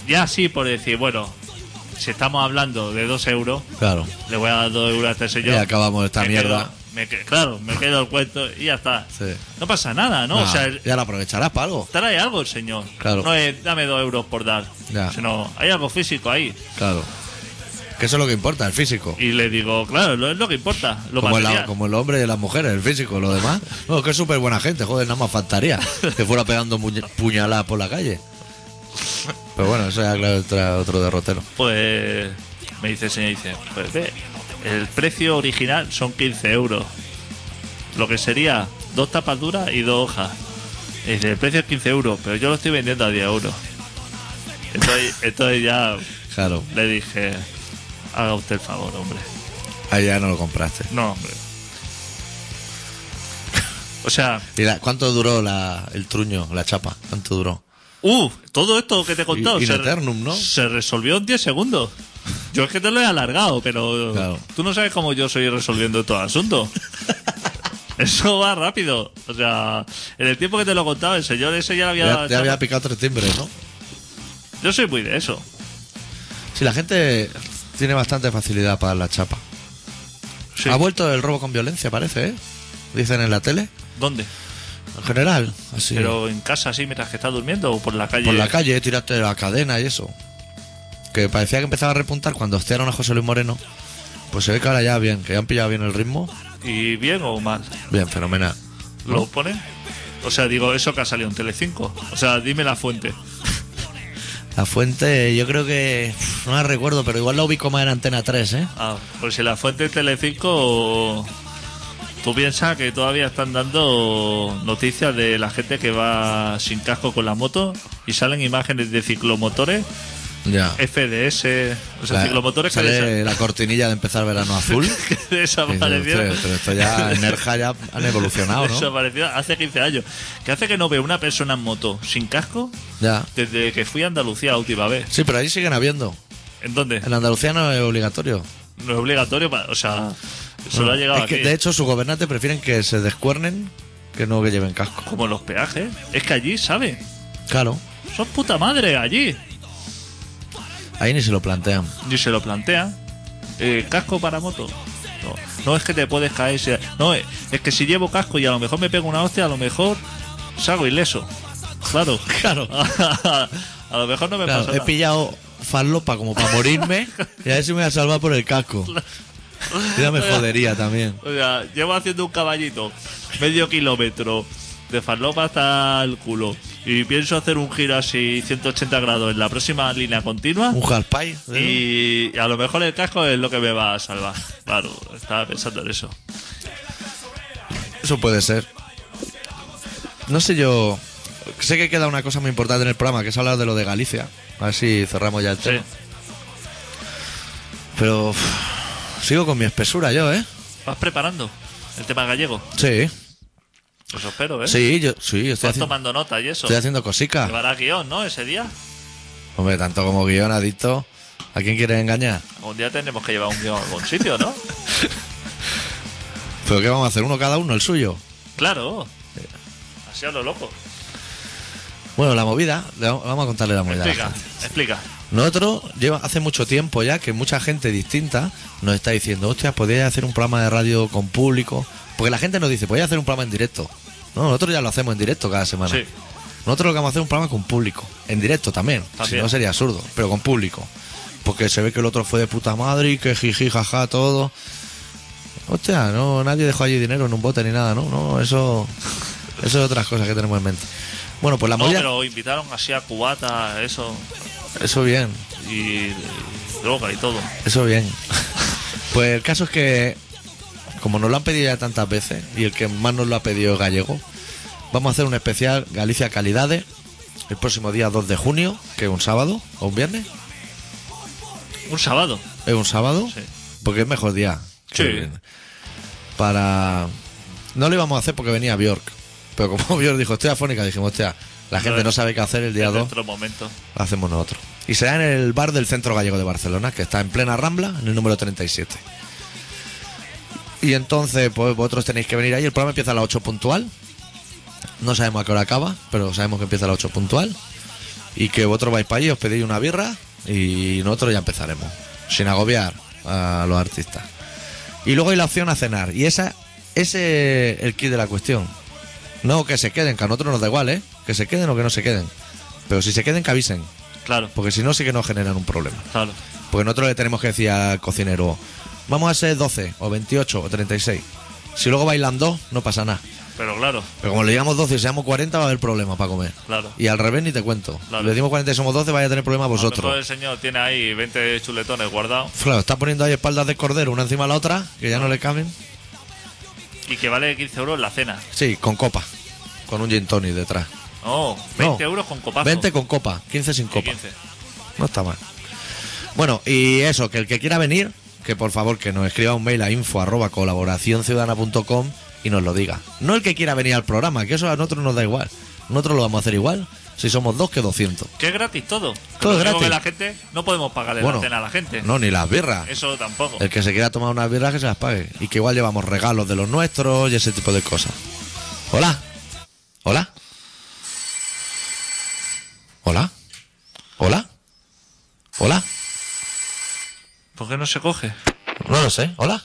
ya sí, por decir, bueno, si estamos hablando de dos euros, Claro. le voy a dar dos euros a este Y señor. acabamos esta Me mierda. quedo- me que- claro, me quedo el cuento y ya está. Sí. No pasa nada, ¿no? O Nah, sea, el- ya la aprovecharás para algo. trae algo el señor. Claro. No es dame dos euros por dar, Ya. sino hay algo físico ahí. Claro. Que eso es lo que importa, el físico. Y le digo, claro, lo- es lo que importa. Lo Como el, material. como el hombre y las mujeres, el físico, lo demás. No, que es súper buena gente, joder, nada más faltaría que fuera pegando muñe- puñaladas por la calle. Pero bueno, eso ya claro, otra- otro derrotero. Pues me dice el señor, dice, pues ve, el precio original son 15 euros. Lo que sería dos tapas duras y dos hojas. Y dice, el precio es 15 euros, pero yo lo estoy vendiendo a 10 euros. Entonces, entonces ya Claro, le dije, haga usted el favor, hombre. allá no lo compraste. No, hombre. (laughs) O sea, ¿Y la- cuánto duró la- el truño, la chapa? ¿Cuánto duró? uh, todo esto que te he contado In se, re- eternum, ¿no? se resolvió en 10 segundos. Yo es que te lo he alargado, pero Claro. tú no sabes cómo yo soy resolviendo (laughs) todo asunto. Eso va rápido. O sea, en el tiempo que te lo he contado, el señor ese ya lo había... Ya, ya había picado tres timbres, ¿no? Yo soy muy de eso. Si la gente tiene bastante facilidad para la chapa. Sí. Ha vuelto el robo con violencia, parece, ¿eh? Dicen en la tele. ¿Dónde? En general, así. ¿Pero en casa así mientras que estás durmiendo o por la calle? Por la calle, tiraste la cadena y eso. Que parecía que empezaba a repuntar cuando hostearon a José Luis Moreno. Pues se ve que ahora ya bien, que ya han pillado bien el ritmo. ¿Y bien o mal? Bien, fenomenal. ¿Lo ponen? O sea, digo, eso que ha salido en Telecinco. O sea, dime la fuente. La fuente, yo creo que. No la recuerdo, pero igual la ubico más en Antena 3, ¿eh? Ah, pues si la fuente es Telecinco, tú piensas que todavía están dando noticias de la gente que va sin casco con la moto y salen imágenes de ciclomotores, Ya. FDS, o sea, ciclomotores que, sale la cortinilla de empezar verano (laughs) azul. desa- que Y dices, desaparecieron. "Hostia, Pero esto (laughs) ya, en Nerja ya han evolucionado, ¿no? desaparecieron hace 15 años. Que hace que no veo una persona en moto sin casco Ya. desde que fui a Andalucía la última vez. Sí, pero ahí siguen habiendo. ¿En dónde? En Andalucía no es obligatorio. No es obligatorio, pa- o sea, solo ha llegado Es que, aquí. de hecho, sus gobernantes prefieren que se descuernen que no que lleven casco. Como los peajes. Es que allí, ¿sabes? Claro. Son puta madre allí. Ahí ni se lo plantean. Y se lo plantea. eh, casco para moto. No, no es que te puedes caer. si- No, es, es que si llevo casco y a lo mejor me pego una hostia, a lo mejor salgo ileso. (laughs) Claro, claro. (laughs) a lo mejor no me Claro, pasa he nada. pillado farlopa como para morirme y a ver si me voy a salvar por el casco. Ya me jodería también. O sea, llevo haciendo un caballito, medio kilómetro, de farlopa hasta el culo. Y pienso hacer un giro así 180 grados en la próxima línea continua. Un ¿eh? jalpay. Y a lo mejor el casco es lo que me va a salvar. Claro, estaba pensando en eso. Eso puede ser. No sé yo. Sé que queda una cosa muy importante en el programa, que es hablar de lo de Galicia. A ver si cerramos ya el Sí. tema. Pero uf, sigo con mi espesura yo, ¿eh? ¿Vas preparando el tema gallego? Sí. Pues espero, ¿eh? Sí, yo sí, yo estoy, Estás haci- tomando nota y eso. estoy haciendo cosicas. Llevará guión, ¿no? Ese día. Hombre, tanto como guion, adicto. ¿A quién quieres engañar? Algún día tendremos que llevar un guión a algún sitio, ¿no? ¿Pero qué vamos a hacer? ¿Uno cada uno, el suyo? claro. Así a lo loco. Bueno, la movida, le va- vamos a contarle la movida. a la Explica, gente. explica. Nosotros lleva hace mucho tiempo ya que mucha gente distinta nos está diciendo, hostia, podéis hacer un programa de radio con público. Porque la gente nos dice, podéis hacer un programa en directo. No, nosotros ya lo hacemos en directo cada semana. Sí. Nosotros lo que vamos a hacer es un programa con público. En directo también. Si También. no sería absurdo, pero con público. Porque se ve que el otro fue de puta madre y que jiji, jaja, todo. Hostia, no, nadie dejó allí dinero en un bote ni nada, ¿no? No, eso. Eso es otras cosas que tenemos en mente. Bueno, pues la No, movida- pero invitaron así a Cubata, eso. Eso bien. Y, y droga y todo. Eso bien. (laughs) Pues el caso es que, como nos lo han pedido ya tantas veces, y el que más nos lo ha pedido es Gallego, vamos a hacer un especial Galicia Calidades el próximo día 2 de junio, que es un sábado o un viernes. Un sábado. Es un sábado, Sí. porque es mejor día. Sí. Que viene. Para. No lo íbamos a hacer porque venía Bjork. Pero como (laughs) Bjork dijo, estoy afónica, dijimos, hostia, la gente no sabe qué hacer el día En 2. otro momento. Lo hacemos nosotros. Y será en el bar del Centro Gallego de Barcelona, que está en plena Rambla, en el número 37. Y entonces, pues vosotros tenéis que venir ahí. El programa empieza a las 8 puntual. No sabemos a qué hora acaba, pero sabemos que empieza a las 8 puntual. Y que vosotros vais para allí, os pedís una birra y nosotros ya empezaremos. Sin agobiar a los artistas. Y luego hay la opción a cenar. Y esa ese es el kit de la cuestión. No que se queden, que a nosotros nos da igual, ¿eh? Que se queden o que no se queden. Pero si se queden, que avisen. Claro, Pues- Porque si no, sí que nos generan un problema. claro. Porque nosotros le tenemos que decir al cocinero, vamos a ser 12 o 28 o 36. Si luego bailan dos, no pasa nada. Pero claro, Pero como le digamos 12 y seamos 40, va a haber problemas para comer. Claro. Y al revés ni te cuento. Claro. Le decimos 40 y somos 12, vaya a tener problemas a lo mejor el vosotros. señor tiene ahí 20 chuletones guardados Claro, está poniendo ahí espaldas de cordero una encima de la otra, que ya no le caben. y que vale 15 euros la cena. Sí, con copa. Con un gin tonic detrás. No, 20 No, euros con copazo. 20 con copa, 15 sin Y copa. 15. No está mal. Bueno, y eso, que el que quiera venir, que por favor que nos escriba un mail a info arroba colaboracionciudadana.com y nos lo diga. No el que quiera venir al programa, que eso a nosotros nos da igual. Nosotros lo vamos a hacer igual si somos dos que 200. Que es gratis todo. Que Todo lo es único gratis. que la gente no podemos pagarle la cena a la gente. No, Eh. ni las birras. Eso tampoco. El que se quiera tomar unas birras que se las pague. Y que igual llevamos regalos de los nuestros y ese tipo de cosas. Hola. Hola. Hola. Hola. Hola. ¿Por qué no se coge? No lo sé. Hola.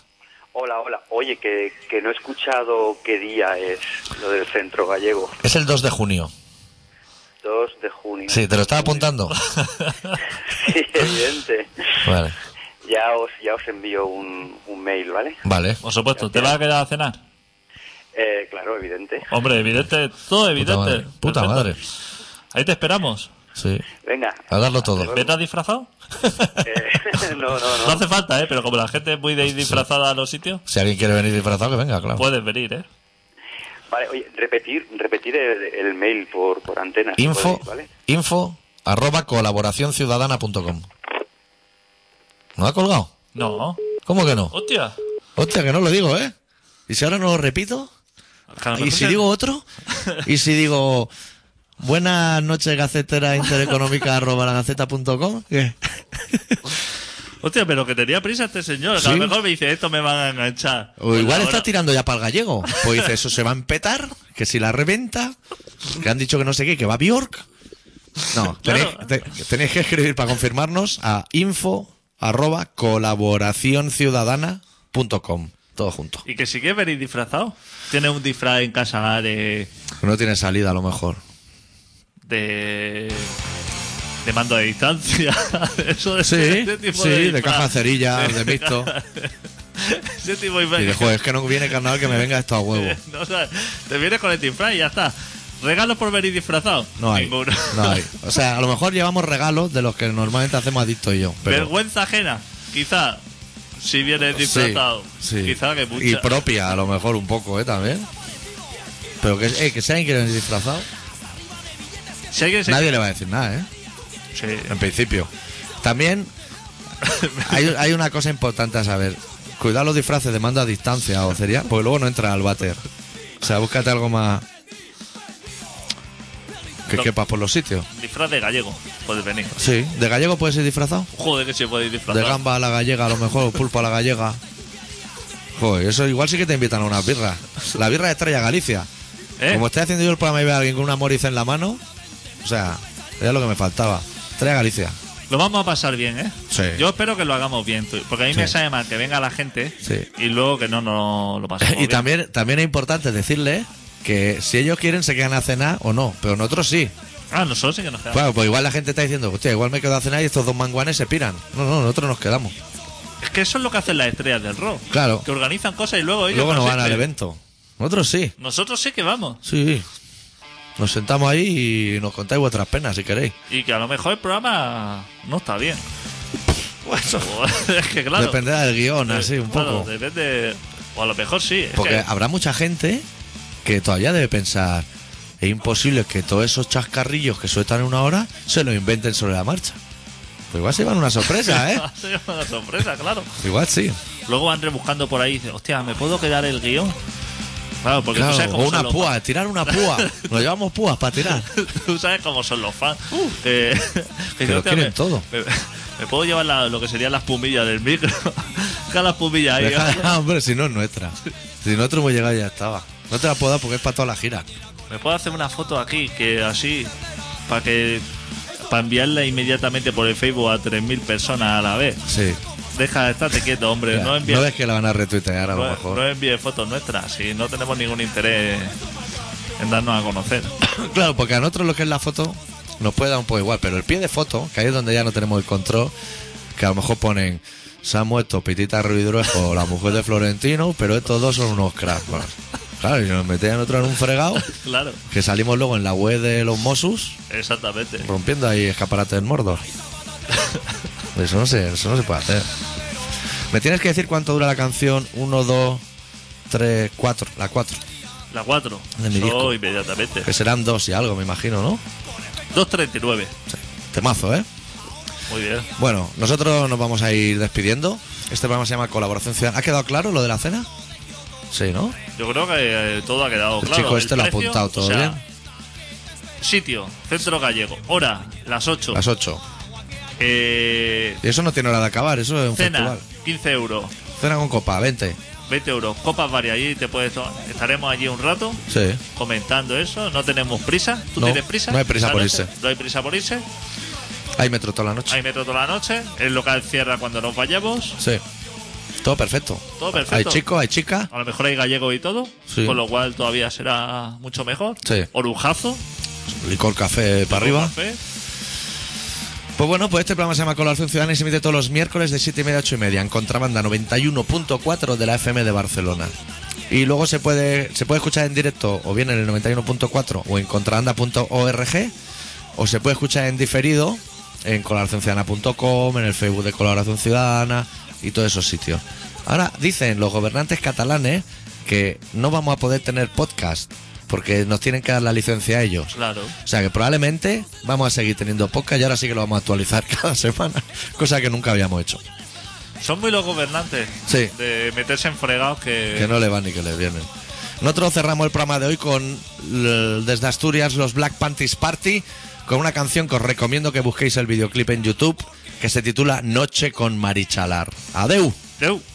Hola, hola. Oye, que, que no he escuchado qué día es lo del centro gallego. Es el 2 de junio. 2 de junio. Sí, te lo estaba apuntando. (laughs) Sí, evidente. Vale. Ya os, ya os envío un, un mail, ¿vale? Vale. Por supuesto, ¿te vas a quedar a cenar? Eh, claro, evidente. Hombre, evidente, todo Puta evidente. madre. Puta Perfecto. madre. Ahí te esperamos. Sí. Venga. A darlo todo. ¿Vete disfrazado? Eh, (laughs) no, no, no. No hace falta, ¿eh? Pero como la gente es muy de ir disfrazada a los sitios, Si alguien quiere venir disfrazado, que venga, claro. puedes venir, ¿eh? Vale, oye, repetir, repetir el, el mail por, por antena. si Info, podéis, ¿vale? info arroba colaboracionciudadana.com. ¿No ha colgado? No. ¿Cómo que no? ¡Hostia! Hostia, que no lo digo, ¿eh? ¿Y si ahora no lo repito? Que a lo ¿Y mejor si se- digo otro? ¿Y si digo buenas noches gacetera intereconómica arroba lagaceta.com? ¿Qué? Hostia, pero que tenía prisa este señor. que A Sí. lo mejor me dice, esto me van a enganchar. O igual Bueno, está ahora- tirando ya para el gallego. Pues dice, eso se va a empetar, que si la reventa, que han dicho que no sé qué, que va a Bjork. No, tenéis, Claro. te- tenéis que escribir para confirmarnos a info arroba colaboracionciudadana.com. Todo junto. Y que si quieres venir disfrazado, tiene un disfraz en casa eh, de. No tiene salida a lo mejor. de. de mando de distancia. (laughs) Eso de Sí, ese este tipo sí, de, disfraz. caja cerilla, Sí. de mixto. Ese tipo de Y de joder, es que no viene carnaval que me venga esto a huevo. (laughs) No, o sea, te vienes con el disfraz y ya está. Regalos por venir disfrazado. No hay. Ninguno. No (laughs) hay. O sea, a lo mejor llevamos regalos de los que normalmente hacemos adicto y yo. Pero Vergüenza ajena, quizá. Si vienes disfrazado, Sí, sí. quizá que mucha. Y propia, a lo mejor un poco, ¿eh? También. Pero que, eh, que si alguien quiere venir disfrazado, Si alguien se- nadie le va a decir nada, ¿eh? Sí. En principio. (laughs) También hay, hay una cosa importante a saber. Cuidar los disfraces de mando a distancia o sería, porque luego no entra al váter. O sea, búscate algo más que No. quepas por los sitios. Disfraz de gallego, puedes venir. Sí, de gallego puede ser disfrazado. Joder, que se puede De disfrazar. gamba a la gallega, a lo mejor, o pulpo a la gallega. Joder, eso igual sí que te invitan a unas birras. La birra de Estrella Galicia. ¿Eh? Como estoy haciendo yo el programa y veo a alguien con una moriza en la mano, o sea, era lo que me faltaba. Estrella (laughs) Galicia. Lo vamos a pasar bien, ¿eh? Sí. Yo espero que lo hagamos bien, tú- porque a mí me Sí. sabe mal que venga la gente Sí. y luego que no nos lo (laughs) pasemos. Y bien. también, también es importante decirle que si ellos quieren se quedan a cenar o no, pero nosotros sí. Ah, nosotros sí que nos quedamos. Claro, pues igual la gente está diciendo, hostia, igual me quedo a cenar y estos dos manguanes se piran. No, no, nosotros nos quedamos. Es que eso es lo que hacen las estrellas del rock. Claro. Que organizan cosas y luego ellos. Luego no van al asisten. evento. Nosotros sí. Nosotros sí que vamos. Sí. Nos sentamos ahí y nos contáis vuestras penas si queréis. Y que a lo mejor el programa no (laughs) está bien. (laughs) es que claro. Eh, Dependerá del guión, así un Claro, poco. depende. O a lo mejor sí. es Porque que- habrá mucha gente que todavía debe pensar, es imposible que todos esos chascarrillos que sueltan en una hora se lo inventen sobre la marcha. Pues igual se llevan una sorpresa, (laughs) ¿eh? Ha sido una sorpresa, claro. igual sí. Luego van rebuscando por ahí y dicen, hostia, ¿me puedo quedar el guión? Claro, porque tú sabes Claro, cómo o son una los púa, tirar una (laughs) púa. Nos llevamos púas para tirar. Tú sabes cómo son los fans. que, (laughs) que Uh, lo hostia, quieren me- todo. Me, (laughs) me puedo llevar la- lo que serían las pumillas del micro. (laughs) Deja las pumillas (laughs) ahí. (laughs) ¿eh? Deja- Ah, hombre, si no es nuestra. Si nosotros hemos llegado ya estaba. No te la puedo dar porque es para toda la gira. ¿Me puedo hacer una foto aquí? Que así, para que para enviarla inmediatamente por el Facebook a 3.000 personas a la vez. Sí. Deja, estate quieto, hombre. Ya, no envíes no ves que la van a retuitear a lo no- mejor. no envíes fotos nuestras. Si no tenemos ningún interés en darnos (coughs) a conocer. Claro, porque a nosotros lo que es la foto nos puede dar un poco igual, pero el pie de foto, que ahí es donde ya no tenemos el control, que que a lo mejor ponen se ha muerto Pitita Ruidruejo o la mujer de Florentino, pero estos dos son unos cracks. bueno. claro, y nos metían otro en un fregado Claro, que salimos luego en la web de los Mosus exactamente. rompiendo ahí escaparates del Mordor. (laughs) Eso no, se, eso no se puede hacer. ¿Me tienes que decir cuánto dura la canción? Uno, dos, tres, cuatro. La cuatro. La 4. De mi disco. inmediatamente. Que serán dos y algo, me imagino, ¿no? 2.39. Temazo, ¿eh? Muy bien. Bueno, nosotros nos vamos a ir despidiendo. Este programa se llama Colaboración Ciudadana. ¿Ha quedado claro lo de la cena? Sí, ¿no? Yo creo que eh, todo ha quedado El claro. chico este lo ha precio, apuntado todo o sea, bien. Sitio, centro gallego. Hora, las 8. Las ocho. Eh, Y eso no tiene hora de acabar, eso es un cena, festival. 15 euros. Cena con copa, 20. 20 euros. Copas varias. Allí te puedes to- Estaremos allí un rato Sí. comentando eso. No tenemos prisa. ¿Tú No, tienes prisa? no hay prisa ¿Esta por noche? irse. No hay prisa por irse. Hay metro toda la noche. Hay metro toda la noche. El local cierra cuando nos vayamos. Sí. Todo perfecto. Todo perfecto. Ah. Hay chicos, hay chicas. A lo mejor hay gallego y todo. Sí. Con lo cual todavía será mucho mejor. Sí. Orujazo. Licor café para arriba. café. Pues bueno, pues este programa se llama Colaboración Ciudadana y se emite todos los miércoles de 7 y media a 8 y media en contrabanda 91.4 de la FM de Barcelona. Y luego se puede, se puede escuchar en directo o bien en el 91.4 o en contrabanda.org o se puede escuchar en diferido en colaboracionciudadana.com, en el Facebook de Colaboración Ciudadana y todos esos sitios. Ahora dicen los gobernantes catalanes que no vamos a poder tener podcast porque nos tienen que dar la licencia a ellos. Claro. O sea que probablemente vamos a seguir teniendo podcast y ahora sí que lo vamos a actualizar (laughs) cada semana, cosa que nunca habíamos hecho. Son muy los gobernantes Sí. de meterse en fregados que, Que no le van ni que le vienen. Nosotros cerramos el programa de hoy con l- desde Asturias los Black Panties Party con una canción que os recomiendo que busquéis el videoclip en YouTube que se titula Noche con Marichalar. Adeu. Deu.